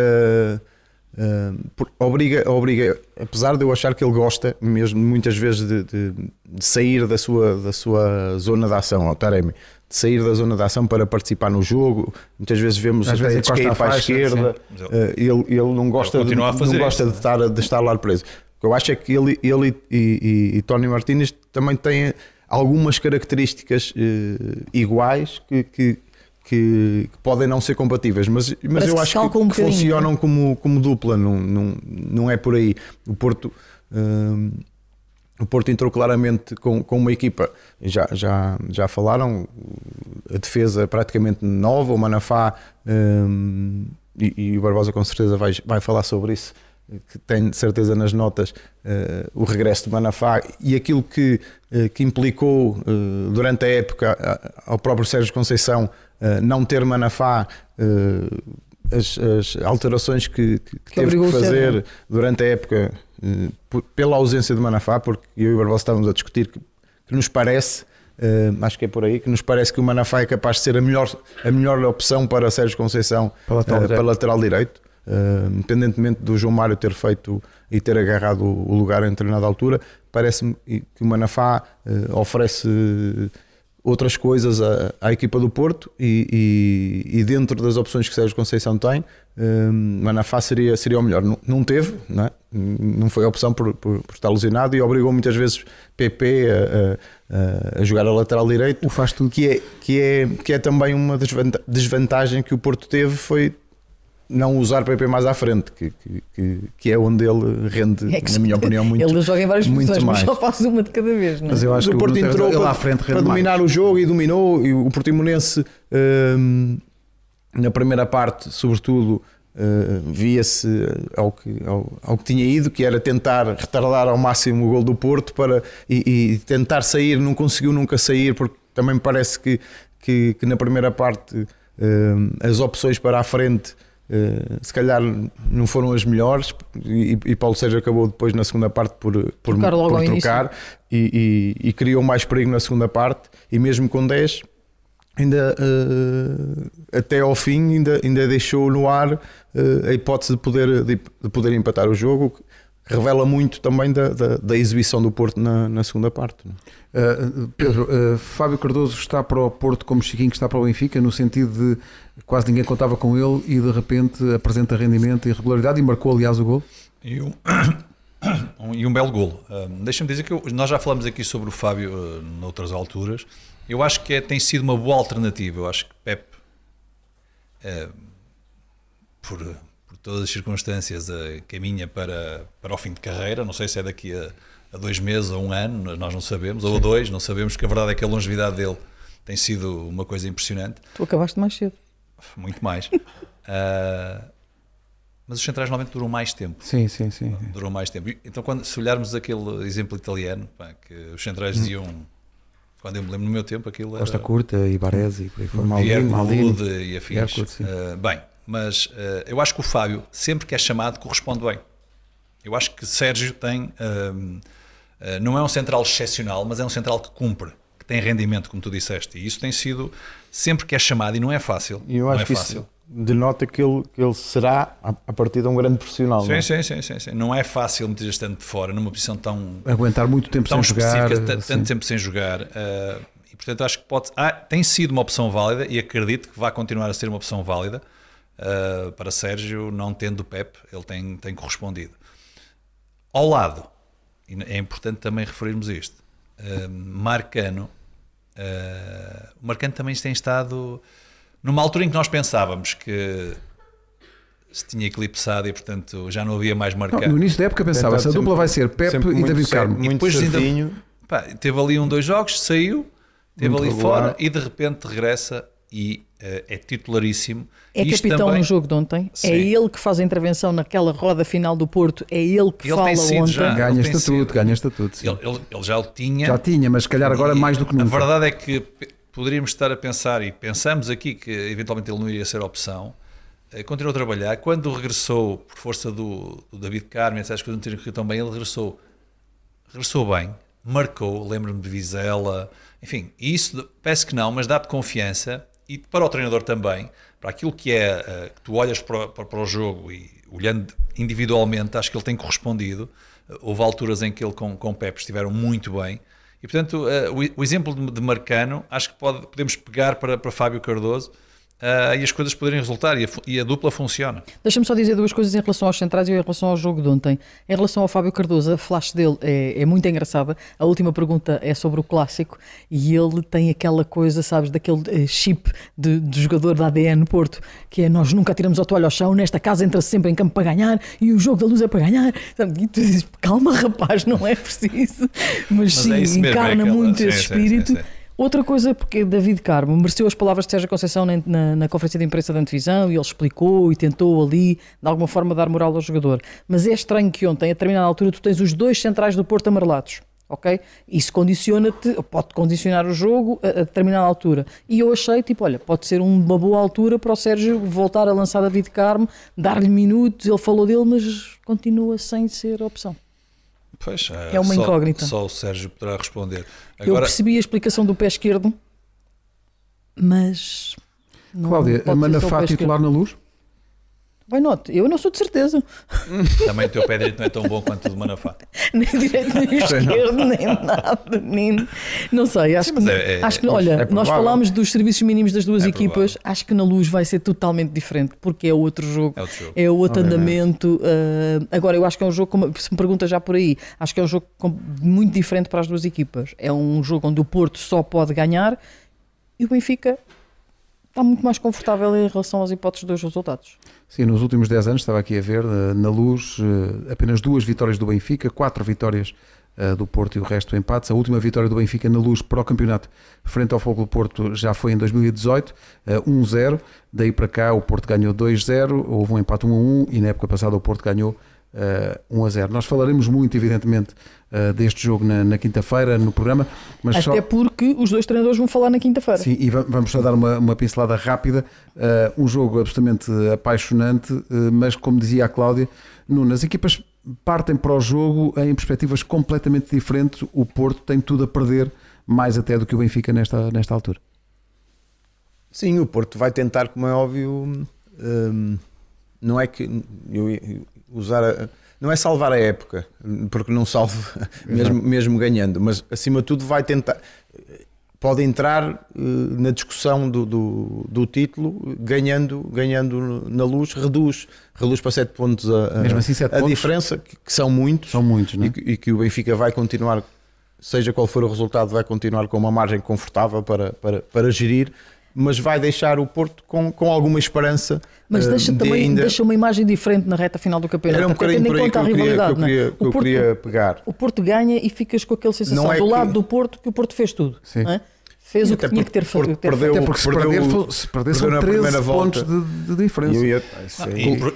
eh, por- obriga, obriga, apesar de eu achar que ele gosta mesmo muitas vezes de, de- de sair da sua, da sua zona de ação, ao Taremi, de sair da zona de ação para participar no jogo, muitas vezes vemos Às até vezes encosta descair à para a faixa, esquerda, Mas ele- eh, ele, ele não gosta, de, continua a fazer não gosta isso, de, estar, de estar lá preso. O que eu acho é que ele, ele e, e- e Tony Martínez também têm algumas características eh, iguais que, que, que- que podem não ser compatíveis, mas, mas Parece que eu se acho que, calca um que bocadinho, funcionam como, como dupla, não, não, não é por aí. O Porto. eh, o Porto entrou claramente com, com uma equipa, já, já, já falaram, a defesa praticamente nova, o Manafá hum, e, e o Barbosa com certeza vai, vai falar sobre isso, que tem de certeza nas notas eh, o regresso do Manafá e aquilo que, eh, que implicou eh, durante a época a- ao próprio Sérgio Conceição eh, não ter Manafá, eh, as, as alterações que, que, que teve obrigou que o Sérgio. fazer durante a época eh, por- pela ausência de Manafá, porque eu e o Barbosa estávamos a discutir que, que nos parece, eh, acho que é por aí, que nos parece que o Manafá é capaz de ser a melhor, a melhor opção para Sérgio Conceição Para eh, para a lateral direita. lateral direito, eh, independentemente do João Mário ter feito e ter agarrado o lugar em determinada altura, parece-me que o Manafá eh, oferece outras coisas à, à equipa do Porto e, e- e dentro das opções que Sérgio Conceição tem, eh, Manafá seria, seria o melhor. Não, não teve, não, é? não foi a opção por, por- por estar lesionado e obrigou muitas vezes PP a, a- a- a jogar a lateral direito O faz tudo. que é, que é, que é também uma desvanta- desvantagem que o Porto teve foi não usar PP mais à frente, que, que, que, que é onde ele rende, É que na minha opinião, muito. ele joga em várias muito posições, mas mais. só faz uma de cada vez, não é? Mas eu acho Mas que o Porto entrou ele para, É à frente para rende mais. dominar o jogo e dominou, e o Portimonense hum, na primeira parte, sobretudo, hum, via-se ao que, ao, ao que tinha ido, que era tentar retardar ao máximo o gol do Porto para, e, e tentar sair, não conseguiu nunca sair, porque também me parece que, que, que na primeira parte hum, as opções para a frente eh, se calhar não foram as melhores e, e Paulo Sérgio acabou depois na segunda parte por, eh, por, Trocar logo por ao início. trocar e, e- e criou mais perigo na segunda parte e mesmo com 10 ainda eh, até ao fim ainda, ainda deixou no ar eh, a hipótese de poder, de, de poder empatar o jogo o que revela muito também da, da, da exibição do Porto na, na segunda parte não é? Uh, Pedro, uh, Fábio Cardoso está para o Porto como Chiquinho está para o Benfica, no sentido de quase ninguém contava com ele e de repente apresenta rendimento e regularidade e marcou, aliás, o gol. E um, um- e um belo golo. Hum, Deixa-me dizer que eu- nós já falamos aqui sobre o Fábio hum, noutras alturas. Eu acho que é- tem sido uma boa alternativa. Eu acho que Pep, hum, por, ah, por todas as circunstâncias, eh, caminha para, para o fim de carreira. Não sei se é daqui a, a dois meses ou um ano, nós não sabemos, ou a dois, não sabemos, que a verdade é que a longevidade dele tem sido uma coisa impressionante, Tu acabaste mais cedo. muito mais. Ah, mas os centrais normalmente duram mais tempo. Sim, sim, sim. Durou mais tempo. E, Então, quando, se olharmos aquele exemplo italiano, pá, que os Hum. centrais diziam, quando eu me lembro no meu tempo, aquilo Costa era Curta e Baresi e por aí fora. Maldini, Pierre Maldini. Maldini, e afins. Pierre, sim. Ah, bem, mas ah, eu acho que o Fábio, sempre que é chamado, corresponde bem. Eu acho que Sérgio tem. ahm, ah, não é um central excepcional, mas é um central que cumpre, que tem rendimento, como tu disseste. E isso tem sido sempre que é chamado, e não é fácil. E eu não acho é que fácil. isso denota que ele, que ele será, a, a partir de um grande profissional. não é? Sim, sim, sim, sim, sim. Não é fácil meter este tanto de fora numa posição tão Aguentar muito tempo tão sem jogar. específica, ta- sim. um tanto tempo sem jogar. eh, e portanto acho que pode. Ah, tem sido uma opção válida e acredito que vai continuar a ser uma opção válida eh, para Sérgio, não tendo o Pep, ele tem, tem correspondido. Ao lado, e n- é importante também referirmos isto, eh, Marcano. eh, o Marcano também tem estado numa altura em que nós pensávamos que se tinha eclipsado e portanto já não havia mais Não, Marcano. no início da época pensava, essa Sempre- dupla vai ser Pepe sempre e muito David cer- Carmo. Muito depois ainda- certinho. Pá, teve ali um, dois jogos, saiu, teve Muito ali regular. fora e de repente regressa e eh, é titularíssimo. É Isto capitão também- no jogo de ontem. Sim. É ele que faz a intervenção naquela roda final do Porto. É ele que Ele fala tem sido ontem. Ganha já. ele Ah, tem estatuto, sido- ganha estatuto. sim. Ele, ele- ele já o tinha. Já tinha, mas se calhar agora E mais do que A nunca. verdade é que p- poderíamos estar a pensar, e pensamos aqui que eventualmente ele não iria ser opção, eh, continuou a trabalhar. Quando regressou, por força do, do David Carmen, essas coisas não terem corrido tão bem, ele regressou. Regressou bem, marcou, lembro-me de Vizela, enfim, e isso de- parece que não, mas dá-te confiança e para o treinador também, para aquilo que é, eh, que tu olhas para, o- para- para o jogo e olhando individualmente, acho que ele tem correspondido. Eh, Houve alturas em que ele com, com o Pepe estiveram muito bem, e portanto, eh, o, o exemplo de, de Marcano, acho que pode- podemos pegar para, para Fábio Cardoso eh, e as coisas poderem resultar e a, fu- e a dupla funciona. Deixa-me só dizer duas coisas em relação aos centrais e em relação ao jogo de ontem. Em relação ao Fábio Cardoso, a flash dele é, é muito engraçada. A última pergunta é sobre o clássico e ele tem aquela coisa, sabes, daquele eh, chip de, de jogador da ADN Porto, que é nós nunca tiramos a toalha ao chão, nesta casa entra-se sempre em campo para ganhar e o jogo da luz é para ganhar. Sabe? E tu dizes, calma rapaz, não é preciso. Mas, Mas sim, é isso mesmo, é encarna aquela- muito sim, esse sim, sim, espírito. sim. Outra coisa, porque David Carmo mereceu as palavras de Sérgio Conceição na, na- na conferência de imprensa da Antevisão e ele explicou e tentou ali, de alguma forma, dar moral ao jogador. Mas é estranho que ontem, a determinada altura, tu tens os dois centrais do Porto amarelados. Ok? Isso condiciona-te, pode condicionar o jogo a, a determinada altura. E eu achei, tipo, olha, pode ser uma boa altura para o Sérgio voltar a lançar David Carmo, dar-lhe minutos. Ele falou dele, mas continua sem ser opção. Pois, eh, É uma só- incógnita. Só o Sérgio poderá responder. eu Agora, percebi a explicação do pé esquerdo, mas. Não Cláudia, pode a ser só o Manafá pé esquerdo. titular na luz? Why not? Eu não sou de certeza. também o teu pé direito não é tão bom quanto o do Manafá. Nem direito, nem esquerdo, nem nada, nem. Não sei, acho que. é- é- acho que olha, nós provável. falámos dos serviços mínimos das duas É equipas, acho que na luz vai ser totalmente diferente, porque é outro jogo. É outro jogo. É outro andamento. ah, agora, eu acho que é um jogo, como, se me pergunta já por aí, acho que é um jogo com- muito diferente para as duas equipas. É um jogo onde o Porto só pode ganhar e o Benfica está muito mais confortável em relação às hipóteses dos resultados. Sim, nos últimos 10 anos, estava aqui a ver, eh, na luz, eh, apenas duas vitórias do Benfica, quatro vitórias eh, do Porto e o resto empates. A última vitória do Benfica na luz para o campeonato frente ao Fogo do Porto já foi em 2018, eh, 1-0. Daí para cá o Porto ganhou 2-0, houve um empate 1-1 e na época passada o Porto ganhou eh, 1-0. Nós falaremos muito, evidentemente, eh, deste jogo na, na quinta-feira no programa, mas só... Até porque os dois treinadores vão falar na quinta-feira. Sim, e va- vamos só dar uma, uma pincelada rápida. Uh, um jogo absolutamente apaixonante, uh, mas como dizia a Cláudia, Nuno, as equipas partem para o jogo em perspectivas completamente diferentes. O Porto tem tudo a perder, mais até do que o Benfica nesta, nesta altura. Sim, o Porto vai tentar, como é óbvio, hum, não é que eu ia usar a- não é salvar a época, porque não salve mesmo, mesmo ganhando, mas acima de tudo vai tentar pode entrar eh, na discussão do, do, do título ganhando, ganhando na luz, reduz, reduz para 7 pontos a, a- Mesmo assim, sete a pontos diferença, que, que são muitos, são muitos, não e, é? que- e que o Benfica vai continuar, seja qual for o resultado, vai continuar com uma margem confortável para, para, para gerir. mas vai deixar o Porto com, com alguma esperança. Mas eh, deixa de também ainda... deixa uma imagem diferente na reta final do campeonato. Era um até bocadinho tendo por em aí que conta eu a queria, rivalidade. que eu não é? queria, que eu o, Porto, queria pegar. o Porto ganha e ficas com aquela sensação Não é do que- lado do Porto que o Porto fez tudo. Sim. não é? Fez o Até que tinha que ter porque o feito. Porto perdeu- Até porque se perdeu- perder, fo- se perder perdeu na são 13 primeira volta. pontos de, de diferença. Eu ia-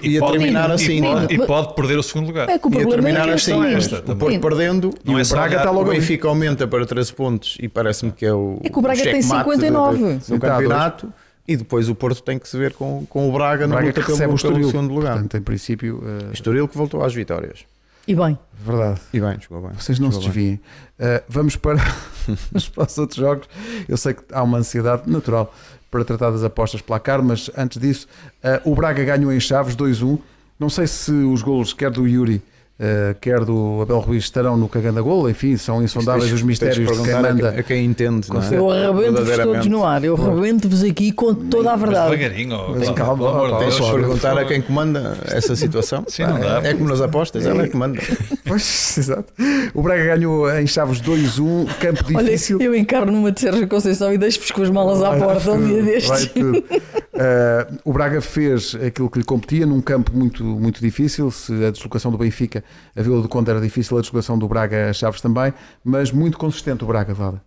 E, ia pode, terminar e assim, pode- não é? e pode perder o segundo lugar. É que o ia problema terminar é este, assim. não é? esta O Porto Sim. perdendo Não e é o só Braga olhar- está logo. O aí. Benfica aumenta para 13 pontos e parece-me que é o. É que o Braga tem checkmate 59. do- do- Sim, do tá a dois. campeonato e depois o Porto tem que se ver com, com o Braga, O na Braga luta que pelo, recebe o pelo Estoril. segundo lugar. Portanto, em princípio, eh, Estoril que voltou às vitórias. E bem, é verdade. E bem, jogou bem. Vocês não se Jogou bem. desviem. Eh, vamos para, vamos para os outros jogos. Eu sei que há uma ansiedade natural para tratar das apostas placar, mas antes disso, eh, o Braga ganhou em Chaves 2-1. Não sei se os golos, quer do Yuri, eh, quer do Abel Ruiz, estarão no cagando a golo. Enfim, são insondáveis Tens- os mistérios tens de quem perguntar a manda. A quem entende, não é? eu arrebento-vos todos no ar. Eu arrebento-vos aqui com toda a Mas verdade. devagarinho. ó, Mas pá, calma, pelo amor de pá, Deus. Deixa Deixa-me perguntar a quem comanda essa situação. Sim, não dá. é como nas apostas, ela é que manda. Pois, exato. O Braga ganhou em Chaves 2-1, campo Olha, difícil. eu encarno uma de Sérgio Conceição e deixo-vos com as malas à Vai porta um tudo, dia vai destes. tudo. Eh, o Braga fez aquilo que lhe competia num campo muito, muito difícil. Se a deslocação do Benfica a Vila do Conde era difícil, a deslocação do Braga a Chaves também, mas muito consistente o Braga, Lada.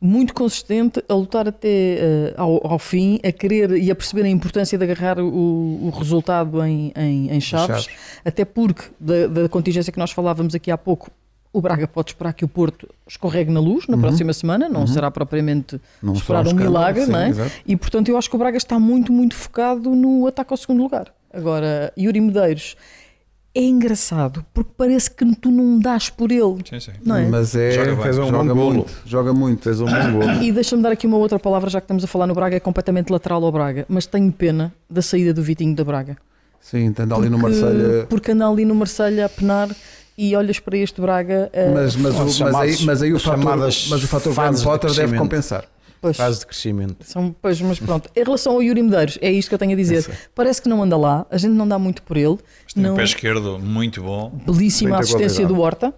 muito consistente a lutar até eh, ao, ao fim, a querer e a perceber a importância de agarrar o, o resultado em, em, em chaves, Chaves. até porque da, da contingência que nós falávamos aqui há pouco. O Braga pode esperar que o Porto escorregue na luz na próxima semana, não será propriamente Uhum. Não esperar será um um escândalo, milagre, sim, não é? exato. E portanto eu acho que o Braga está muito, muito focado no ataque ao segundo lugar. Agora, Yuri Medeiros, é engraçado porque parece que tu não dás por ele, Sim, sim. não é? Mas é. Joga bem. Fez um joga bom golo. muito, joga muito. Fez um bom gol. E deixa-me dar aqui uma outra palavra, já que estamos a falar no Braga, é completamente lateral ao Braga, mas tenho pena da saída do Vitinho da Braga. Sim, estando ali no Marselha. Porque anda ali no Marselha a penar e olhas para este Braga. eh, Mas, mas, o- São mas, aí, mas aí o as fator, chamadas mas o fator fases Graham de Potter deve crescimento. compensar. pois, Fase de crescimento. são, pois, mas pronto. Em relação ao Yuri Medeiros, é isto que eu tenho a dizer. Parece que não anda lá, a gente não dá muito por ele. Mas tem um Não, pé esquerdo muito bom. belíssima Muita assistência qualidade. do Horta.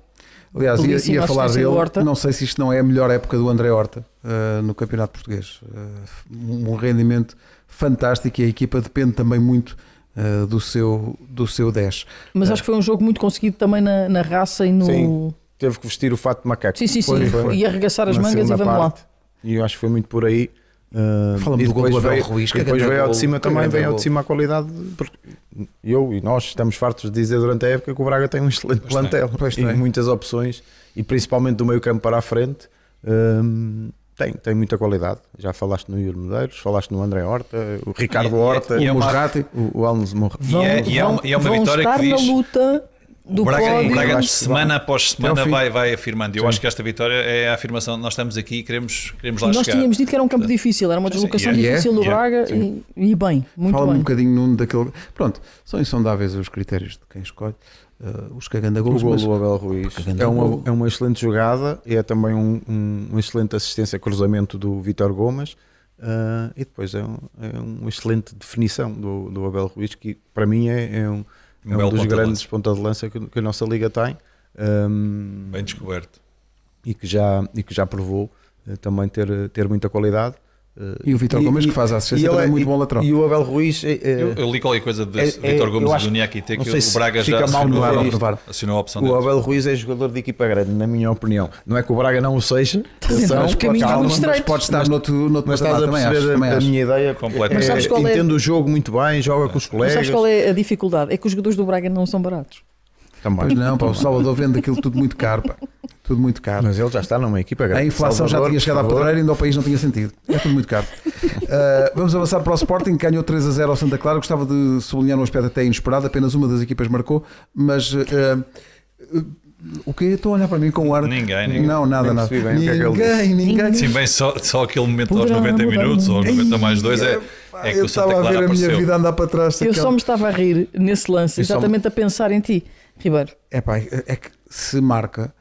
Aliás, ia, Belíssima ia falar assistência do dele. é Horta. Não sei se isto não é a melhor época do André Horta eh, no Campeonato Português. Eh, um rendimento fantástico e a equipa depende também muito eh, do, seu, do seu 10. Mas acho que foi um jogo muito conseguido também na, na raça e no. É. Sim. Teve que vestir o fato de macaco. sim, sim. sim. Foi. E arregaçar as Na mangas e segunda vamos lá. parte. E eu acho que foi muito por aí. Ah, Fala-me e do gol depois do Abel veio- Ruiz, que é e depois grande veio ao gol, de cima que também, grande veio ao gol. de cima a qualidade. Porque eu e nós estamos fartos de dizer durante a época que o Braga tem um excelente Pois plantel Pois e tem. muitas opções, e principalmente do meio campo para a frente. hum, tem, tem muita qualidade. Já falaste no Yuri Medeiros, falaste no André Horta, o Ricardo E- e- Horta, e é o uma- Musrati, o, o Alves Morra. E é- e é uma- e é uma vão vitória que estar na diz- luta do o Braga, pódio. o Braga, Eu acho que semana após Até ao semana fim. vai, vai afirmando. Eu acho que esta vitória é a afirmação de nós estamos aqui e queremos, queremos lá Nós chegar. tínhamos dito que era um campo difícil, era uma Sim, sim. deslocação Yeah. difícil do Yeah. Braga e, e bem, muito Fala-me um bem. bocadinho num daquele. Pronto, são insondáveis os critérios de quem escolhe. eh, os O cagandagolos, golo mas do Abel Ruiz Porque grande é uma, golo. é uma excelente jogada e é também um- um- uma excelente assistência cruzamento do Vitor Gomes ah, e depois é, um- é uma excelente definição do, do Abel Ruiz que para mim é, é um, é um belo dos ponta de grandes pontas de lança que, que a nossa liga tem ahm, Bem descoberto. e, que já, e que já provou eh, também ter, ter muita qualidade eh, E o Vítor Gomes, que faz a assistência, e ele também é muito bom lateral. e, e o Abel Ruiz eh, eh, Eu, eu li qualquer coisa de é- Vitor é- Gomes eu e acho- do Niakite não que sei o se Braga já fica mal assinou, no ar Claro, isto. provar. assinou a opção O dele. Abel Ruiz é jogador de equipa grande, na minha opinião. Não é que o Braga não o seja, atenção, mas os caminhos calma, muito mas estreitos. pode Então, estar noutro, noutro mas estás a patamar, também perceber acho, também a, a acho. minha ideia. Completamente. Mas sabes qual é- Entendo o jogo muito bem, joga com os Mas colegas. sabes qual é a dificuldade? É que os jogadores do Braga não são baratos. Também. Pois não, pá, o Salvador vende aquilo tudo muito caro. pá. Tudo muito caro. Mas ele já está numa equipa grande. A inflação já Salvador, tinha chegado à por favor. pedreira e ainda o país não tinha sentido. É tudo muito caro. Uh, vamos avançar para o Sporting, que ganhou 3 a 0 ao Santa Clara. Gostava de sublinhar um aspecto até inesperado, apenas uma das equipas marcou, mas. uh, uh, o que Estou a olhar para mim com o ar. Ninguém, ninguém. Não, nada, Nem nada. percebi bem o que é que ele ninguém, ninguém. Sim, bem, só, só aquele momento aos Poderá um 90 mudar minutos ou aos Ei, 90 mais 2 é, é que eu o Santa estava a ver Clara a minha apareceu. vida andar para trás. Eu só me estava a rir nesse lance, Eu só me- exatamente a pensar em ti, Ribeiro. é, pá, é que se marca.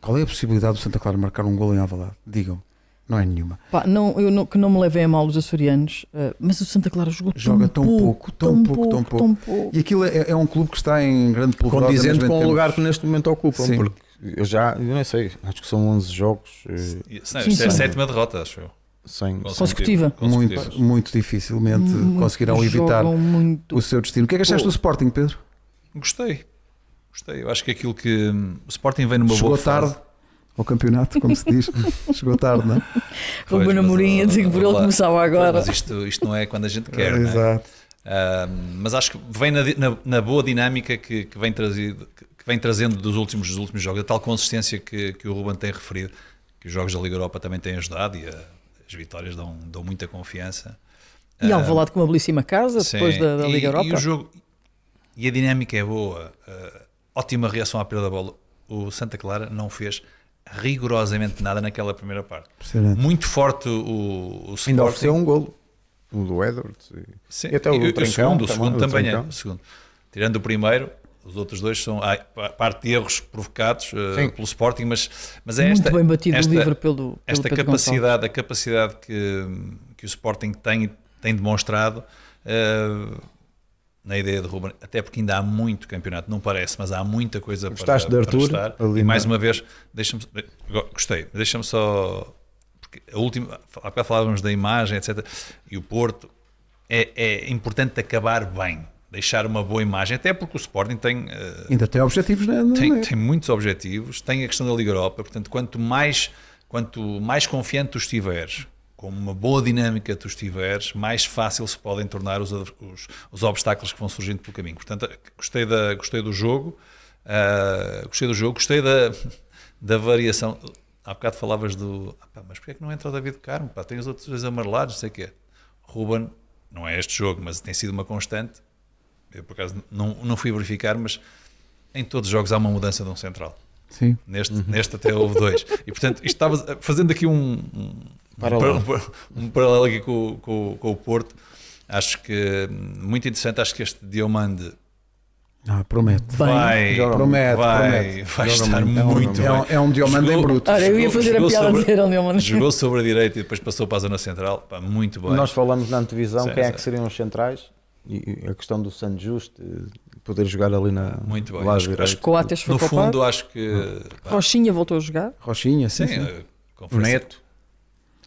Qual é a possibilidade do Santa Clara marcar um gol em Alvalade? Digam. Não é nenhuma. Pá, não, eu não- que não me levem a mal os açorianos, eh, mas o Santa Clara jogou Joga tão pouco, tão pouco, tão pouco. tão pouco. E aquilo é, é um clube que está em grande polvorosa. mas Condizente mesmo com o tempo. lugar que neste momento ocupam. Sim. Porque eu já, eu não sei, acho que são 11 jogos. eh, Isso, não, Sim, isto é a sim. sétima derrota, acho eu. sem. Consecutiva. Consecutiva. Muito, muito dificilmente Muito- conseguirão evitar jogam muito. o seu destino. O que é que achaste do Sporting, Pedro? Gostei. Gostei. Eu acho que aquilo que. hum, O Sporting vem numa Chegou boa. fase. tarde ao campeonato, como se diz. Chegou tarde, não é? O Pois, Bruno mas, ah, Amorim a dizer que por ele lá- começava agora. Mas isto, isto não é quando a gente quer. não é? Exato. Ah, mas acho que vem na, di- na- na boa dinâmica que, que vem trazido, que que vem trazendo dos últimos, dos últimos jogos, a tal consistência que, que o Ruben tem referido, que os jogos da Liga Europa também têm ajudado e ah, as vitórias dão, dão muita confiança. E Alvalade com uma belíssima casa depois Sim, da, da e- Liga Europa. E, o jogo, e a dinâmica é boa. eh, ótima reação à perda da bola. O Santa Clara não fez rigorosamente nada naquela primeira parte. Impressionante. Muito forte o, o Sporting. Ainda ofereceu um golo. O do Edwards. e- Sim, E até o do Trincão segundo, o também, segundo o do também é. Trincão. O segundo. Tirando o primeiro, os outros dois são há pa- parte de erros provocados eh, Sim. pelo Sporting, mas, mas é Muito esta, bem batido esta, o livro pelo, pelo esta Pedro Gonçalves. capacidade, a capacidade que, que o Sporting tem, tem demonstrado eh, na ideia de Ruben, até porque ainda há muito campeonato, não parece, mas há muita coisa Gostaste para, de Arthur, para estar. ali e na- mais uma vez, deixa-me go- gostei, deixa-me só porque a última, há bocado falávamos da imagem, etc. E o Porto é, é importante acabar bem, deixar uma boa imagem, até porque o Sporting tem eh, Ainda tem objetivos, não é? tem, tem muitos objetivos, tem a questão da Liga Europa, portanto, quanto mais, quanto mais confiante tu estiveres, com uma boa dinâmica tu estiveres, mais fácil se podem tornar os, adver- os, os obstáculos que vão surgindo pelo caminho. Portanto, eh, gostei, da, gostei do jogo, ah, gostei do jogo, gostei da, da variação. Há bocado falavas do. "Ah, pá, mas porquê é que não entra o David Carmo? Pá, tem os outros dois amarelados, não sei o quê. Ruben, não é este jogo, mas tem sido uma constante. Eu, por acaso, não, não fui verificar, mas em todos os jogos há uma mudança de um central. Sim. Neste, Uhum. neste até houve dois. E portanto, isto estava fazendo aqui um, um Paralelo. um- um paralelo aqui com, com, com o Porto. Acho que hum, muito interessante. Acho que este Diomande Ah, promete. Bem. vai, Joga muito. vai, Promete, vai Joga estar muito. É um- muito É um, bem. é um diomante em Jogou- bruto. Ora, eu ia Jogou- fazer a jogou piada sobre- de dizer onde eu mando. Jogou sobre a direita e depois passou para a zona central. Pá, muito bem. Nós falamos na antevisão Sim, quem é sim. que seriam os centrais e e a questão do Santo Justo eh, poder jogar ali na Muito bem. lá Acho- direito. acho que o Ates foi no poupado. fundo, acho que. pá, Rochinha voltou a jogar. Rochinha, sim. sim, é. sim. a o conferência- Neto,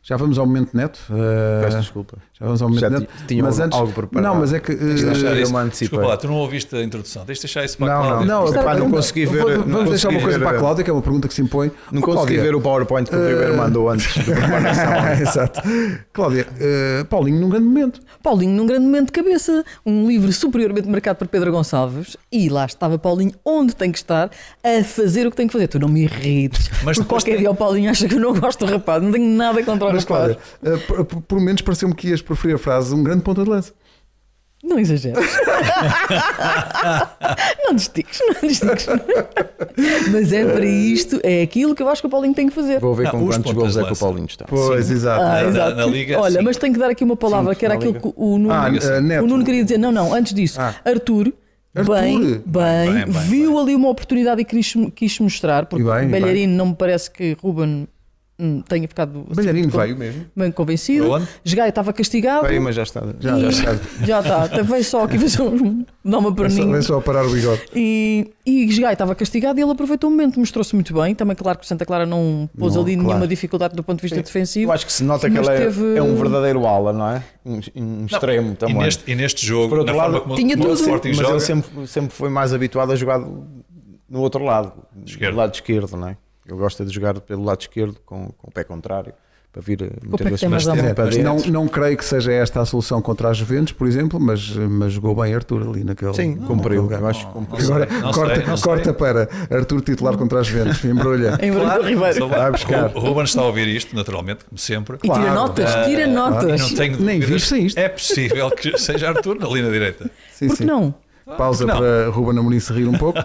Já vamos ao momento neto. eh, peço desculpa. já vamos ao momento Já neto. ti- tinha mas algo- antes, algo preparado. Não, mas é que. eh, Deixa deixar Eu isso. me antecipei. Desculpa lá, tu não ouviste a introdução. Deixa deixar isso para a Não, Cláudia. não, não, Pá, não consegui é ver- Vamos não deixar consegui uma coisa ver- para a Cláudia, que é uma pergunta que se impõe. Não Ó, consegui Cláudia, ver o PowerPoint que o Ribeiro eh, mandou antes. Exato. Cláudia, eh, Paulinho num grande momento. Paulinho num grande momento de cabeça, um livro superiormente marcado por Pedro Gonçalves e lá estava Paulinho onde tem que estar a fazer o que tem que fazer. Tu não me irrites. Mas Mas depois qualquer tem- dia o Paulinho acha que eu não gosto do rapaz, não tenho nada contra Mas o rapaz. Cláudia, eh, por- por- pelo menos pareceu-me que ias preferir a frase um grande ponta de lança. Não exageres. não destiques, não destiques. Mas é para isto, é aquilo que eu acho que o Paulinho tem que fazer. Vou ver Não, com os quantos pontas golos é que o lança. Paulinho está. Pois, exato. Ah, Na- exato. na Liga, Olha, sim. mas tenho que dar aqui uma palavra Sim, que era na aquilo Liga. que o Nuno, Ah, eh, Neto. o Nuno queria dizer. Não, não, antes disso, Arthur. Arthur. Bem, bem, Bem, bem, viu ali uma oportunidade e quis, quis mostrar, porque E bem, e Belharino não me parece que Ruben hum, tenha ficado Balharino com- veio mesmo. bem convencido. Aonde? Jogaia estava castigado. Peraí, mas já está. Já, e- já está. já está. Vem só aqui, vem só um- dá uma Vem só- perninha. Vem só parar o bigode. E, e Gai estava castigado e ele aproveitou o momento, mostrou-se muito bem. Também, claro que o Santa Clara não pôs Não, ali claro. nenhuma dificuldade do ponto de vista Sim. Eu defensivo. acho que se nota que Mas ele é, teve- é um verdadeiro ala, não é? Um, um extremo E também. neste, e neste jogo, Por outro na lado, forma como, tinha como o tudo. Sporting mas joga, ele sempre, sempre foi mais habituado a jogar do- no outro lado, Esquerdo. do lado esquerdo, não é? Ele gosta de jogar pelo lado esquerdo com, com o pé contrário para vir eh, pé que muitas vezes tem para mais esquerda, alma. para Mas dentro. não, não creio que seja esta a solução contra as Juventus, por exemplo, mas, mas jogou bem Arthur ali naquele. Sim, naquele cumpriu. lugar. Eu acho que cumpriu. Agora sei, não corta, sei, não sei. corta para Arthur titular contra as Juventus, embrulha. Em Bruno Ribeiro. só- Vai buscar. O Ruben está a ouvir isto, naturalmente, como sempre. E tira Claro. notas, tira E notas. não tenho Nem dúvidas, vives sem isto. É possível que seja Arthur ali na direita. Sim, Por que sim. não? Pausa Não. para Ruben Amorim se rir um pouco.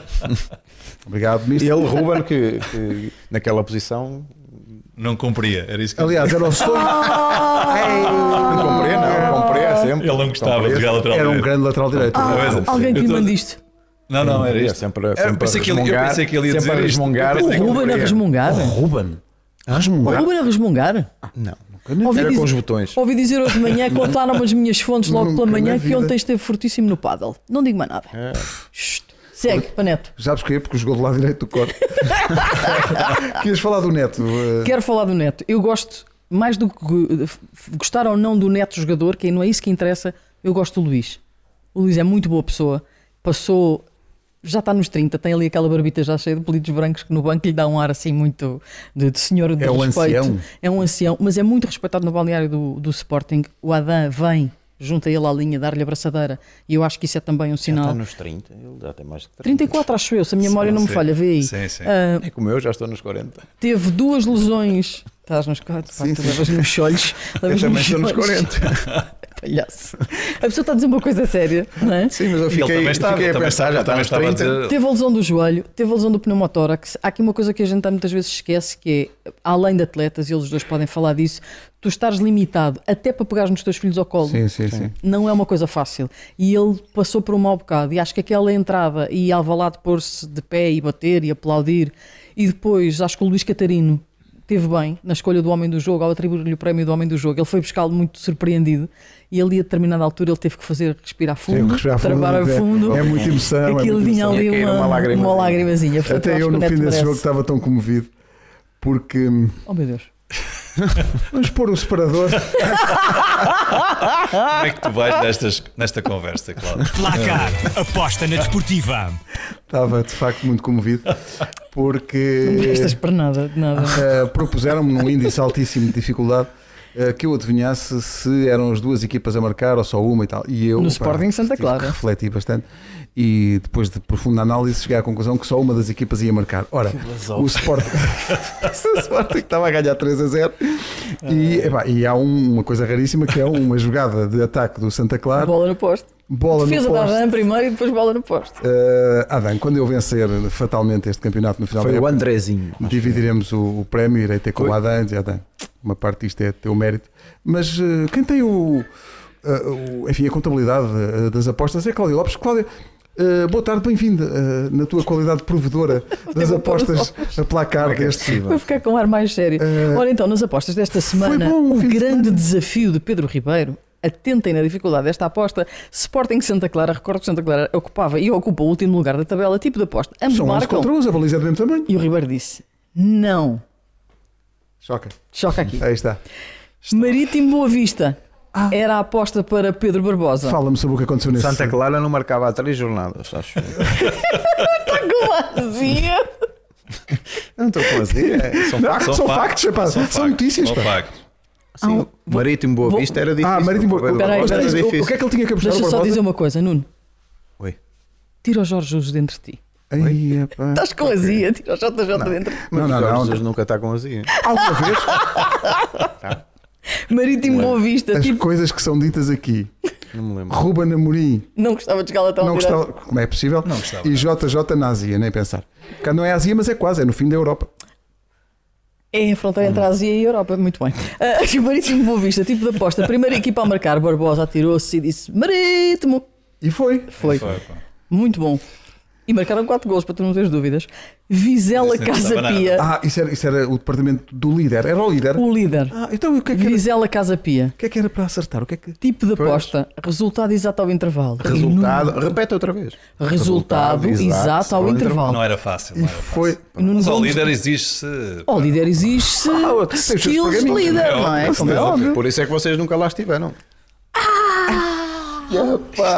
Obrigado, E Mister. ele, Ruben, que, que naquela posição Não cumpria, era isso que Aliás, era o Ah! sonho. não comprei, não, comprei é sempre. ele não gostava de jogar lateral. Era um direito. grande lateral direito. Pois é. Ah, Alguém que Eu lhe tô- manda isto. Não, não, era isto. Sempre, Era- sempre eu pensei a que ele- eu resmungar, pensei que ele ia sempre dizer a isto. resmungar. Eu pensei O Tem que Ruben a cumprir. resmungar. Ruben. O Ruben a resmungar. Não, Ouvi era dizer- com os botões. Ouvi dizer hoje de manhã, contaram-me as minhas fontes logo Nunca pela manhã, na que vida. ontem esteve fortíssimo no paddle. Não digo mais nada. É. Shhh. Segue, Paneto. Já porquê? Porque jogou do lado direito do corte. Querias falar do Neto? eh, Quero falar do Neto. Eu gosto mais do que uh, f- gostar ou não do neto jogador, que não é isso que interessa, eu gosto do Luís. O Luís é muito boa pessoa, passou, já está nos 30, tem ali aquela barbita já cheia de pelitos brancos que no banco lhe dá um ar assim muito de, de senhor de É um respeito. ancião. É um ancião, mas é muito respeitado no balneário do, do Sporting. O Adam vem, junta ele à linha, dar-lhe abraçadeira, e eu acho que isso é também um Já está sinal. nos 30, ele já tem mais de 30. 34, acho eu, se a minha memória não me Sim, falha, vê aí. Sim, sim. Ah, É como eu, já estou nos 40. teve duas lesões. Estás nos quatro, pá, Sim, tu sim. levas nos olhos. Eu levas também nos estou nos olhos. 40. Palhaço. A pessoa está a dizer uma coisa séria, não é? Sim, mas eu E ele fiquei, também estava, fiquei a também pensar, estava- já está também nos estava 30. a dizer- Teve a lesão do joelho, teve a lesão do pneumotórax. Há aqui uma coisa que a gente muitas vezes esquece, que é, além de atletas, e eles dois podem falar disso, tu estás limitado até para pegar nos teus filhos ao colo. Sim, sim, sim. Não é uma coisa fácil. E ele passou por um mau bocado. E acho que aquela entrada e Alvalade pôr-se de pé e bater e aplaudir. E depois, acho que o Luís Catarino teve bem na escolha do homem do jogo, ao atribuir-lhe o prémio do homem do jogo. Ele foi buscá-lo muito surpreendido. E ali, a determinada altura, ele teve que fazer respirar fundo, Teve que respirar fundo, travar a é- Uhum. fundo. é muita emoção, é Aquilo muita tinha emoção. ali Ia cair uma, uma lágrima. uma lagrimazinha. Portanto, Até acho eu que no o Neto fim desse merece. jogo tá- estava tão comovido porque hum, Oh meu Deus. vamos pôr o separador. Como é que tu vais nestas, nesta conversa, Cláudio? Placar. Aposta na desportiva. Estava de facto muito comovido porque Não me prestas para nada, de nada. eh, propuseram-me num índice altíssimo de dificuldade eh, que eu adivinhasse se eram as duas equipas a marcar ou só uma e tal. E eu No pá, Sporting Santa tive que Clara. refleti bastante e depois de profunda análise cheguei à conclusão que só uma das equipas ia marcar. Ora, o Sporting, o Sporting estava a ganhar 3 a 0 e, Ah. epá, e há um- uma coisa raríssima que é uma jogada de ataque do Santa Clara, Bola no posto. bola no Defesa da poste. Adam primeiro e depois bola no poste. Eh, Adam, quando eu vencer fatalmente este campeonato no final da Foi o época, Andrezinho. Dividiremos o, o prémio, irei ter com o Foi. Adam, dizer, Adam, uma parte disto é teu mérito. Mas eh, quem tem o, eh, o- enfim, a contabilidade eh, das apostas é Cláudia Lopes. Cláudia, eh, boa tarde, bem-vinda eh, na tua qualidade de provedora das Boa apostas a placar deste. Para ficar com um ar mais sério. Eh, Ora então, nas apostas desta semana, bom o o fim de grande desafio de Pedro Ribeiro. Atentem na dificuldade desta aposta. Sporting Santa Clara, recordo que Santa Clara ocupava e ocupa o último lugar da tabela, tipo de aposta. Ambos São 11 marcam. contra 11, a baliza é do mesmo tamanho. E o Ribeiro disse: Não. Choca. Choca aqui. Aí está. Ah. Marítimo Boa Vista era a aposta para Pedro Barbosa. Fala-me sobre o que aconteceu nesse. Santa Clara não marcava há três jornadas, acho. Fazia. não estou com azia. é- São Não, factos. são, factos, rapaz. São, notícias, São pá. factos. Sim, Marítimo Boa Ah, vou- Vista era difícil. Ah, Marítimo. Boa Peraí, Vista o, peraí, era o que difícil. é que ele tinha que apostar Deixa ao só dizer propósito? uma coisa, Nuno. Oi. Tira o Jorge Jesus dentro de ti. Ai, é, epá. Estás com azia, tira o JJ dentro de ti. Não, Mas não, o Jorge não. Jesus nunca está com azia. Alguma vez Marítimo Boa Vista, as tipo, coisas que são ditas aqui. Não me lembro. Ruben Amorim não gostava de chegar lá tão não direto. gostava, como é possível? Não gostava. E JJ na Ásia, nem pensar. Cá não é Ásia, mas é quase, é no fim da Europa. É a fronteira entre a Ásia e a Europa, muito bem. Uh, Marítimo Boa Vista, tipo de aposta. Primeira equipa a marcar, Barbosa atirou-se e disse Marítimo. E foi. Foi. Foi, pá. Muito bom. E marcaram 4 gols, para tu não teres dúvidas. Vizela Mas isso não Casa estava Pia, Ah, isso era, isso era o departamento do líder. Era o líder. o líder. Ah, então e o que é que era, Vizela Casa Pia, o que é que era para acertar? O que é que... tipo de aposta, resultado exato ao intervalo. Resultado. Repete outra vez. Resultado exato ao intervalo. Não era fácil. E Oh, Não era foi. E Nuno Mas ao Gomes- líder existe. Ao líder existe eu tenho os seus skills de pergaminhos. líder, não é? Como é certeza. óbvio. Por isso é que vocês nunca lá estiveram.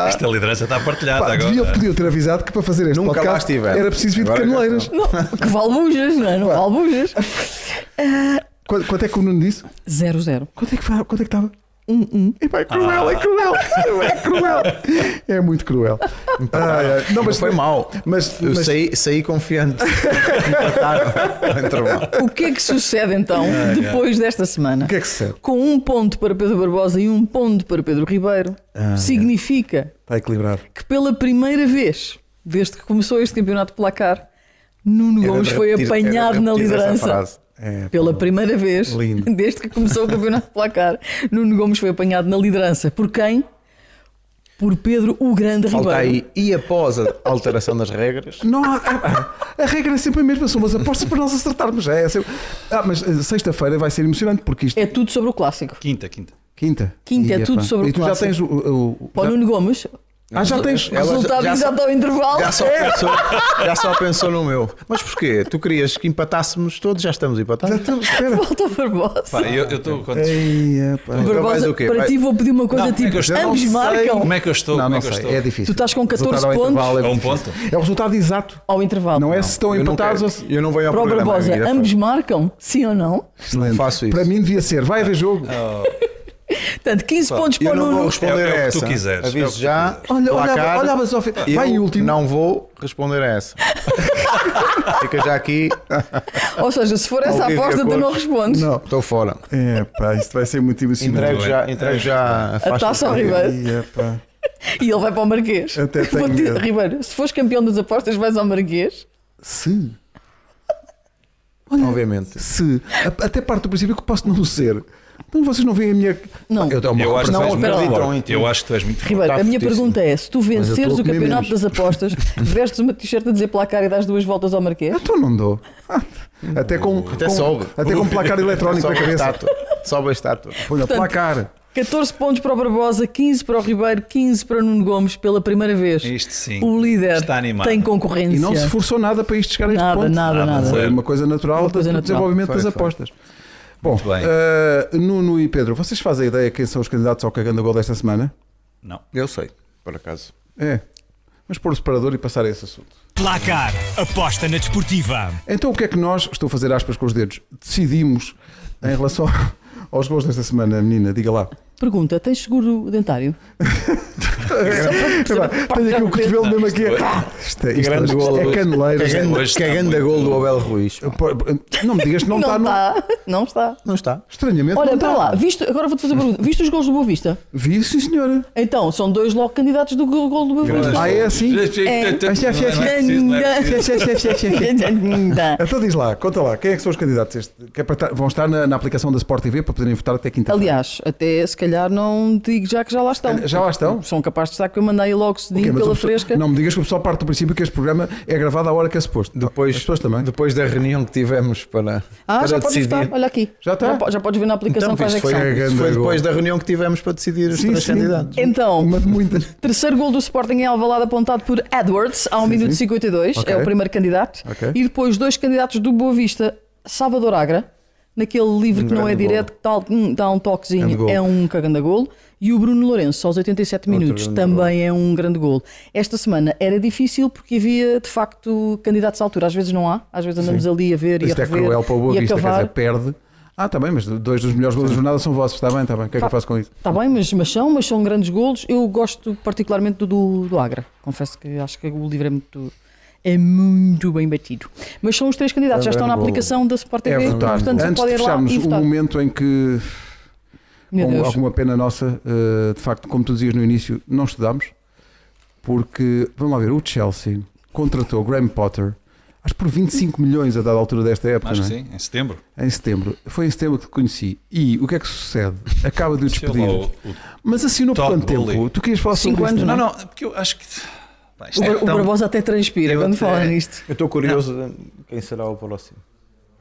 Esta liderança está partilhada Pá, agora. Ah, devia, podiam ter avisado que para fazer este Nunca lá podcast estiveram. era preciso vir de Agora é cá caneleiras. Não, que vale bujas, não é? Não vale bujas. Quanto, quanto é que o Nuno disse? 0-0. Quanto é que, fa- quanto é que estava? Um, um. Epá, é cruel, Ah. é cruel, é cruel. É muito cruel. Ai, ai. Não, mas foi mal. Mas, Eu mas- saí, saí confiante. Empataram ao intervalo. O que é que sucede então Ah, depois desta semana? o que é que se serve? Com um ponto para Pedro Barbosa e um ponto para Pedro Ribeiro, Ah, significa Está equilibrado. que pela primeira vez, desde que começou este campeonato de placar, Nuno Era Gomes de foi repetir- era de apanhado na repetir essa liderança. frase. É, Pela primeira vez, Lindo. desde que começou o campeonato de placar, Nuno Gomes foi apanhado na liderança. Por quem? Por Pedro o Grande Falta Ribeiro. aí. E após a alteração das regras, Não há- a, a regra é sempre a mesma, são umas apostas para nós acertarmos. É, é sempre- Ah, mas eh, sexta-feira vai ser emocionante porque isto É tudo sobre o clássico. Quinta, quinta. quinta. Quinta, é E, tudo epá, sobre o E tu já clássico. tens o. o- o- Para o já- Nuno Gomes, Ah, já tens. Ela já- Resultado já- exato ao intervalo. Já só, É. pensou, já só pensou no meu. Mas porquê? Tu querias que empatássemos todos, já estamos Já empatados. estamos- espera. Volta ao Barbosa. Pá, eu estou quantos. Ei, epá. Então vais Barbosa, o quê? para Vai- ti vou pedir uma coisa Não, é tipo, que eu já não ambos sei. marcam Como é que eu estou? Não, Como não é que eu sei, estou? é difícil. Tu estás com 14 Resultado ao pontos. intervalo É um difícil. ponto? É o resultado exato. ao intervalo. Não é se estão Eu não empatados ou quero- se. Eu não venho ao Para o programa. Barbosa, minha vida ambos marcam, sim ou não? foi. Não faço isso. Para mim devia ser. Vai haver jogo. Portanto, 15 pontos para eu o não vou Nuno. responder É- é o a que essa. tu quiseres. Aviso É o que tu já. Olha, olha, placar, olha, mas ó, fi- eu vai em último. Não vou responder a essa. Fica já aqui. Ou seja, se for essa Alguém aposta, tu recorre. não respondes. Não. Estou fora. É, pá, isto vai ser muito emocionante. Entrego bem. já, entrego já A taça ao Ribeiro. Ei, epá. E ele vai para o Marquês. Até tenho Vou-te- medo. Ribeiro, se fores campeão das apostas, vais ao Marquês. Se, Obviamente. se, a- até parte do princípio que eu posso não ser. Então vocês não veem a minha. Não. eu dou uma Eu acho que tu recuperação. espera lá. és muito forte. Então, Eu acho que tu és muito forte. Ribeiro, Está a minha fortíssimo. pergunta é: se tu eu estou venceres a o comer campeonato menos. das apostas, vestes uma t-shirt a dizer placar e dás duas voltas ao Marquês? Então não dou. Ah, Até com. Até com- sobe. Até com um placar eletrónico na Sobe a cabeça. estátua. Sobe a estátua. Olha, placar. 14 pontos para o Barbosa, 15 para o Ribeiro, 15 para o Nuno Gomes pela primeira vez. Isto sim. é, O líder Está animado. tem concorrência. E não se forçou nada para isto chegar a este é. Nada, ponto. nada, Nada, nada. zero. Foi uma coisa natural Uma coisa do natural. desenvolvimento das Foi, foi. apostas. Bom, bem. eh, Nuno e Pedro, vocês fazem ideia quem são os candidatos ao cagando a gol desta semana? Não. Eu sei, por acaso. É. Vamos pôr o separador e passar a esse assunto. Placar. Aposta na desportiva. Então o que é que nós, estou a fazer aspas com os dedos, decidimos em relação aos gols desta semana, menina? Diga lá. Pergunta: tens seguro dentário? Epá, É Tenho aqui o cotovelo mesmo aqui. Isto é, isto é, Grande isto golo. é caneleiro. Cagando, Hoje está cagando a muito- é gol do Abel Ruiz. Não me digas que não, está. não, não. está. não está. Não está. Estranhamente. Olha, não para está. lá, visto, agora vou-te fazer uma pergunta. Viste os gols do Boa Vista? Vi, sim, senhora. Então, são dois logo candidatos do gol gol do Boa Vista. Ah, é assim? Não, não é preciso, não é preciso. Então diz lá, conta lá, quem é que são os candidatos? Este? Que é para estar- vão estar na, na aplicação da Sport TV para poderem votar até quinta Aliás, até se calhar não digo já que já lá estão. Já lá estão? São capazes de estar que eu mandei logo cedinho pela fresca. Não me digas que o pessoal parte do princípio que este programa é gravado à hora que é suposto. Depois, As pessoas também. depois da reunião que tivemos para, ah, para já podes decidir. votar, olha aqui. Já está? Já, po- já podes ver na aplicação Então, quais isto é que foi, são. são. isto foi Grande depois da reunião que tivemos para decidir os Sim, três sim. candidatos. Então, Uma de muitas. terceiro gol do Sporting em Alvalade apontado por Edwards ao minuto sim. 52, Ok. é o primeiro candidato. Ok. E depois dois candidatos do Boa Vista, Salvador Agra, naquele livro que não é grande direto, que dá, hum, dá um toquezinho, Um Grande golo. é um cagando a golo. E o Bruno Lourenço, aos 87 minutos, grande também é um grande golo. Esta semana era difícil porque havia, de facto, candidatos à altura. Às vezes não há, às vezes andamos ali a ver e a Isto é rever cruel para o Boa e a Vista, quer cavar. dizer, perde. Ah, está bem, mas dois dos melhores gols da jornada são vossos, está bem, está bem. O que é que eu faço com isso? Está Tá bem, mas, mas são, mas são grandes golos. Eu gosto particularmente do, do, do Agra. Confesso que acho que o livro é muito, é muito bem batido. Mas são os três candidatos, já estão na aplicação da Sport TV, um É votar. portanto Antes podem de ir lá fecharmos um- e o votar. momento em que, Meu com Deus. alguma pena nossa, eh, de facto, como tu dizias no início, não estudámos, porque, vamos lá ver, o Chelsea contratou Graham Potter, acho que por 25 milhões a dada altura desta época, Acho que não é? sim, em setembro. em setembro. Foi em setembro que te conheci. E o que é que sucede? Acaba de o Sei lá, despedir. o- o- Mas assinou por Todd quanto tempo? Bowley. Tu querias falar sobre Cinco isso? anos, Não, não é? não, porque eu acho que. Pá, isto O, é Bar- o tão- Barbosa Então, até transpira Eu- quando fala é- nisto. Eu estou curioso de quem será o próximo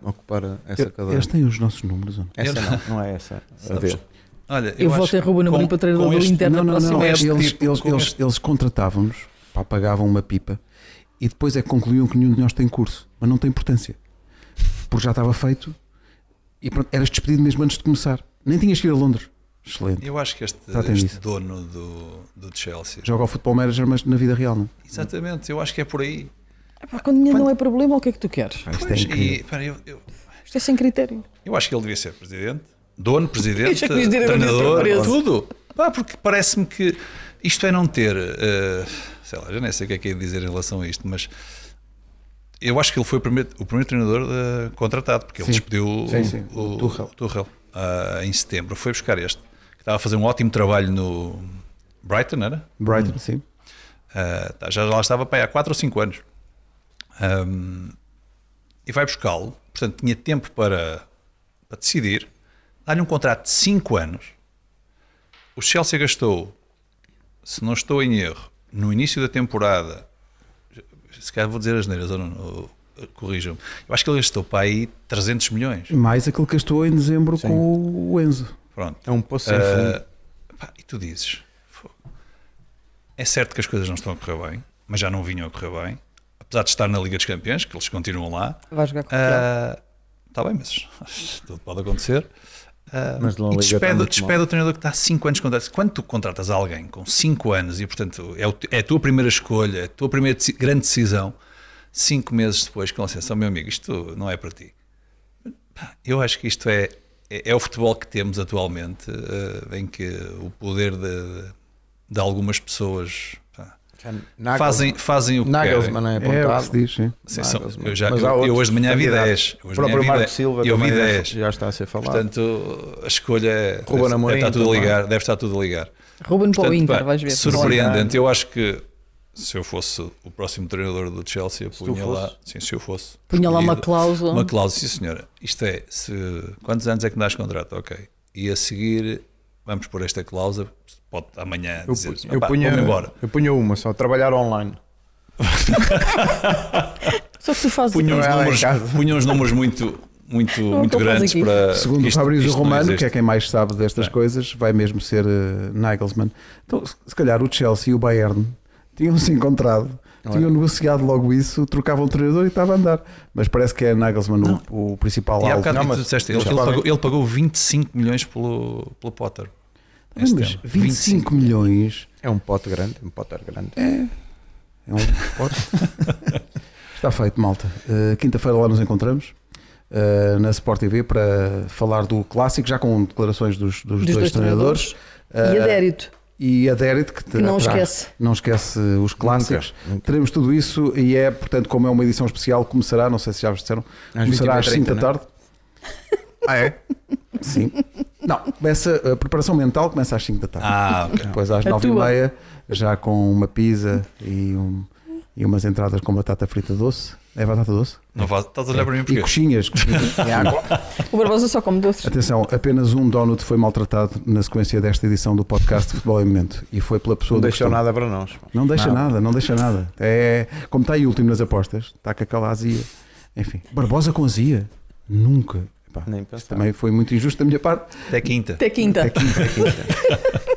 a ocupar essa é? cadeira. Eles têm os nossos números. ou não? Essa não, não é essa. A ver. Olha, Eu voto acho em que Ruben Amorim com- para treinador com do este- Inter. na Não, não, próxima não. Eles, época. eles, eles, Com eles, este- contratavam-nos, pá, pagavam uma pipa e depois é que concluíam que nenhum de nós tem curso. Mas não tem importância. Porque já estava feito e pronto, eras despedido mesmo antes de começar. Nem tinhas que ir a Londres. Excelente. Eu acho que este, Tratem este disso. dono do, do Chelsea. Joga ao futebol manager, mas na vida real, não? Exatamente, eu acho que é por aí. Epá, quando dinheiro não é problema, o que é que tu queres? Isto é Pois, incrível. e, pera, eu, eu, Isto é sem critério. eu acho que ele devia ser presidente, dono, presidente, Deixa que os diretores treinador, surpresos. tudo. Pá, porque parece-me que isto é não ter. eh, sei lá, já nem sei o que é que é de dizer em relação a isto, mas. Eu acho que ele foi o primeiro, o primeiro treinador eh, contratado, porque ele despediu o- Sim, sim. o, o Tuchel, ah, em setembro. Foi buscar este, que estava a fazer um ótimo trabalho no Brighton, era? Hum. Brighton, sim. Ah, tá, já lá estava pá, há 4 ou 5 anos. Ahm, e vai buscá-lo, portanto, tinha tempo para, para decidir. Dá-lhe um contrato de 5 anos. O Chelsea gastou, se não estou em erro, no início da temporada, se calhar vou dizer as neiras, ou não, ou- corrijam-me. Eu acho que ele gastou para aí 300 milhões. Mais aquele que gastou em dezembro com o Enzo. Pronto. Ah, É um poço sem fundo. Ah, pá, e tu dizes, "Fô, É certo que as coisas não estão a correr bem, mas já não vinham a correr bem, apesar de estar na Liga dos Campeões, que eles continuam lá. Vai jogar com Ah, o Está bem, mas tudo pode acontecer. Ah, Mas não e liga tão despede, muito despede o treinador que está há 5 anos contratado. Quando tu contratas alguém com 5 anos e, portanto, é, o te- é a tua primeira escolha, é a tua primeira deci- grande decisão, 5 meses depois, com licença, "Oh, meu amigo, isto não é para ti. Pá, Eu acho que isto é, é, é o futebol que temos atualmente, eh, em que o poder de, de algumas pessoas pá, Nagels- fazem, fazem o que querem. Nagelsmann é É o que se apontado. diz, sim. Sim, são- Nagelsmann. eu, já, Mas há eu, eu outros hoje de manhã vi candidatos. 10. O Hoje de manhã próprio vi Marco 10. Silva Eu vi também já- 10. já está a ser falado. Portanto, a escolha é- Ruben deve, deve Amorim estar tudo a também. ligar, deve estar tudo a ligar. Ruben para o Portanto, Inter, pá, Um vais ver. Surpreendente. Eu acho que se eu fosse o próximo treinador do Chelsea, eu tu punha lá, fosses? sim, se eu fosse, Punha lá uma escolhido, cláusula. uma cláusula, sim senhora. Isto é, se, quantos anos é que me dás contrato? Ok. E a seguir, vamos pôr esta cláusula, pode amanhã Eu, dizer, pu- eu, "Opá, punha, vou-me embora. eu punha uma só, trabalhar online. Só que tu fazes. Punha uns Não é lá em números, casa. punha uns números muito, muito, muito estou quase grandes aqui. para. Segundo o Ah, isto- Fabrício isto não Romano, existe. que é quem mais sabe destas É. coisas, vai mesmo ser eh, Nagelsmann. Então, se se calhar o Chelsea e o Bayern tinham-se encontrado, é? tinham negociado logo isso, trocavam o treinador e estava a andar. Mas parece que é Nagelsmann o- o, principal E há alvo. bocado Não, que tu mas- disseste, ele, mas ele sabem- pagou, ele pagou 25 milhões pelo, pelo Potter. Mas Este 25, ano. milhões É um pote grande, um pote grande. é um pote. Está feito, malta. Eh, Quinta-feira lá nos encontramos. eh, na Sport TV para falar do clássico, já com declarações dos, dos Dos dois, dois treinadores, E Eh, adérito, e Adérito que te que não terá- esquece. não esquece os clássicos. nunca. Teremos tudo isso e é, portanto, como é uma edição especial, começará, não sei se já vos disseram, começará às 5 da 21h30, tarde. Ah, é? Sim. Não, começa a preparação mental começa às 5 da tarde. Ah, ok. Depois às A 9 e tua. meia, já com uma pizza e, um- e umas entradas com batata frita doce. É batata doce? Não faz, estás a olhar para mim E porque coxinhas. coxinhas. É água. O Barbosa só come doces. Atenção, apenas um donut foi maltratado na sequência desta edição do podcast de Futebol em Momento. E foi pela pessoa Não do deixou costume. nada para nós. Não deixa Nada. nada. não deixa nada. É, como está aí último nas apostas, está com aquela azia. Enfim, Barbosa com azia? Nunca. Epá, Nem isso pensar. também foi muito injusto da minha parte. até quinta. Até quinta. Até quinta.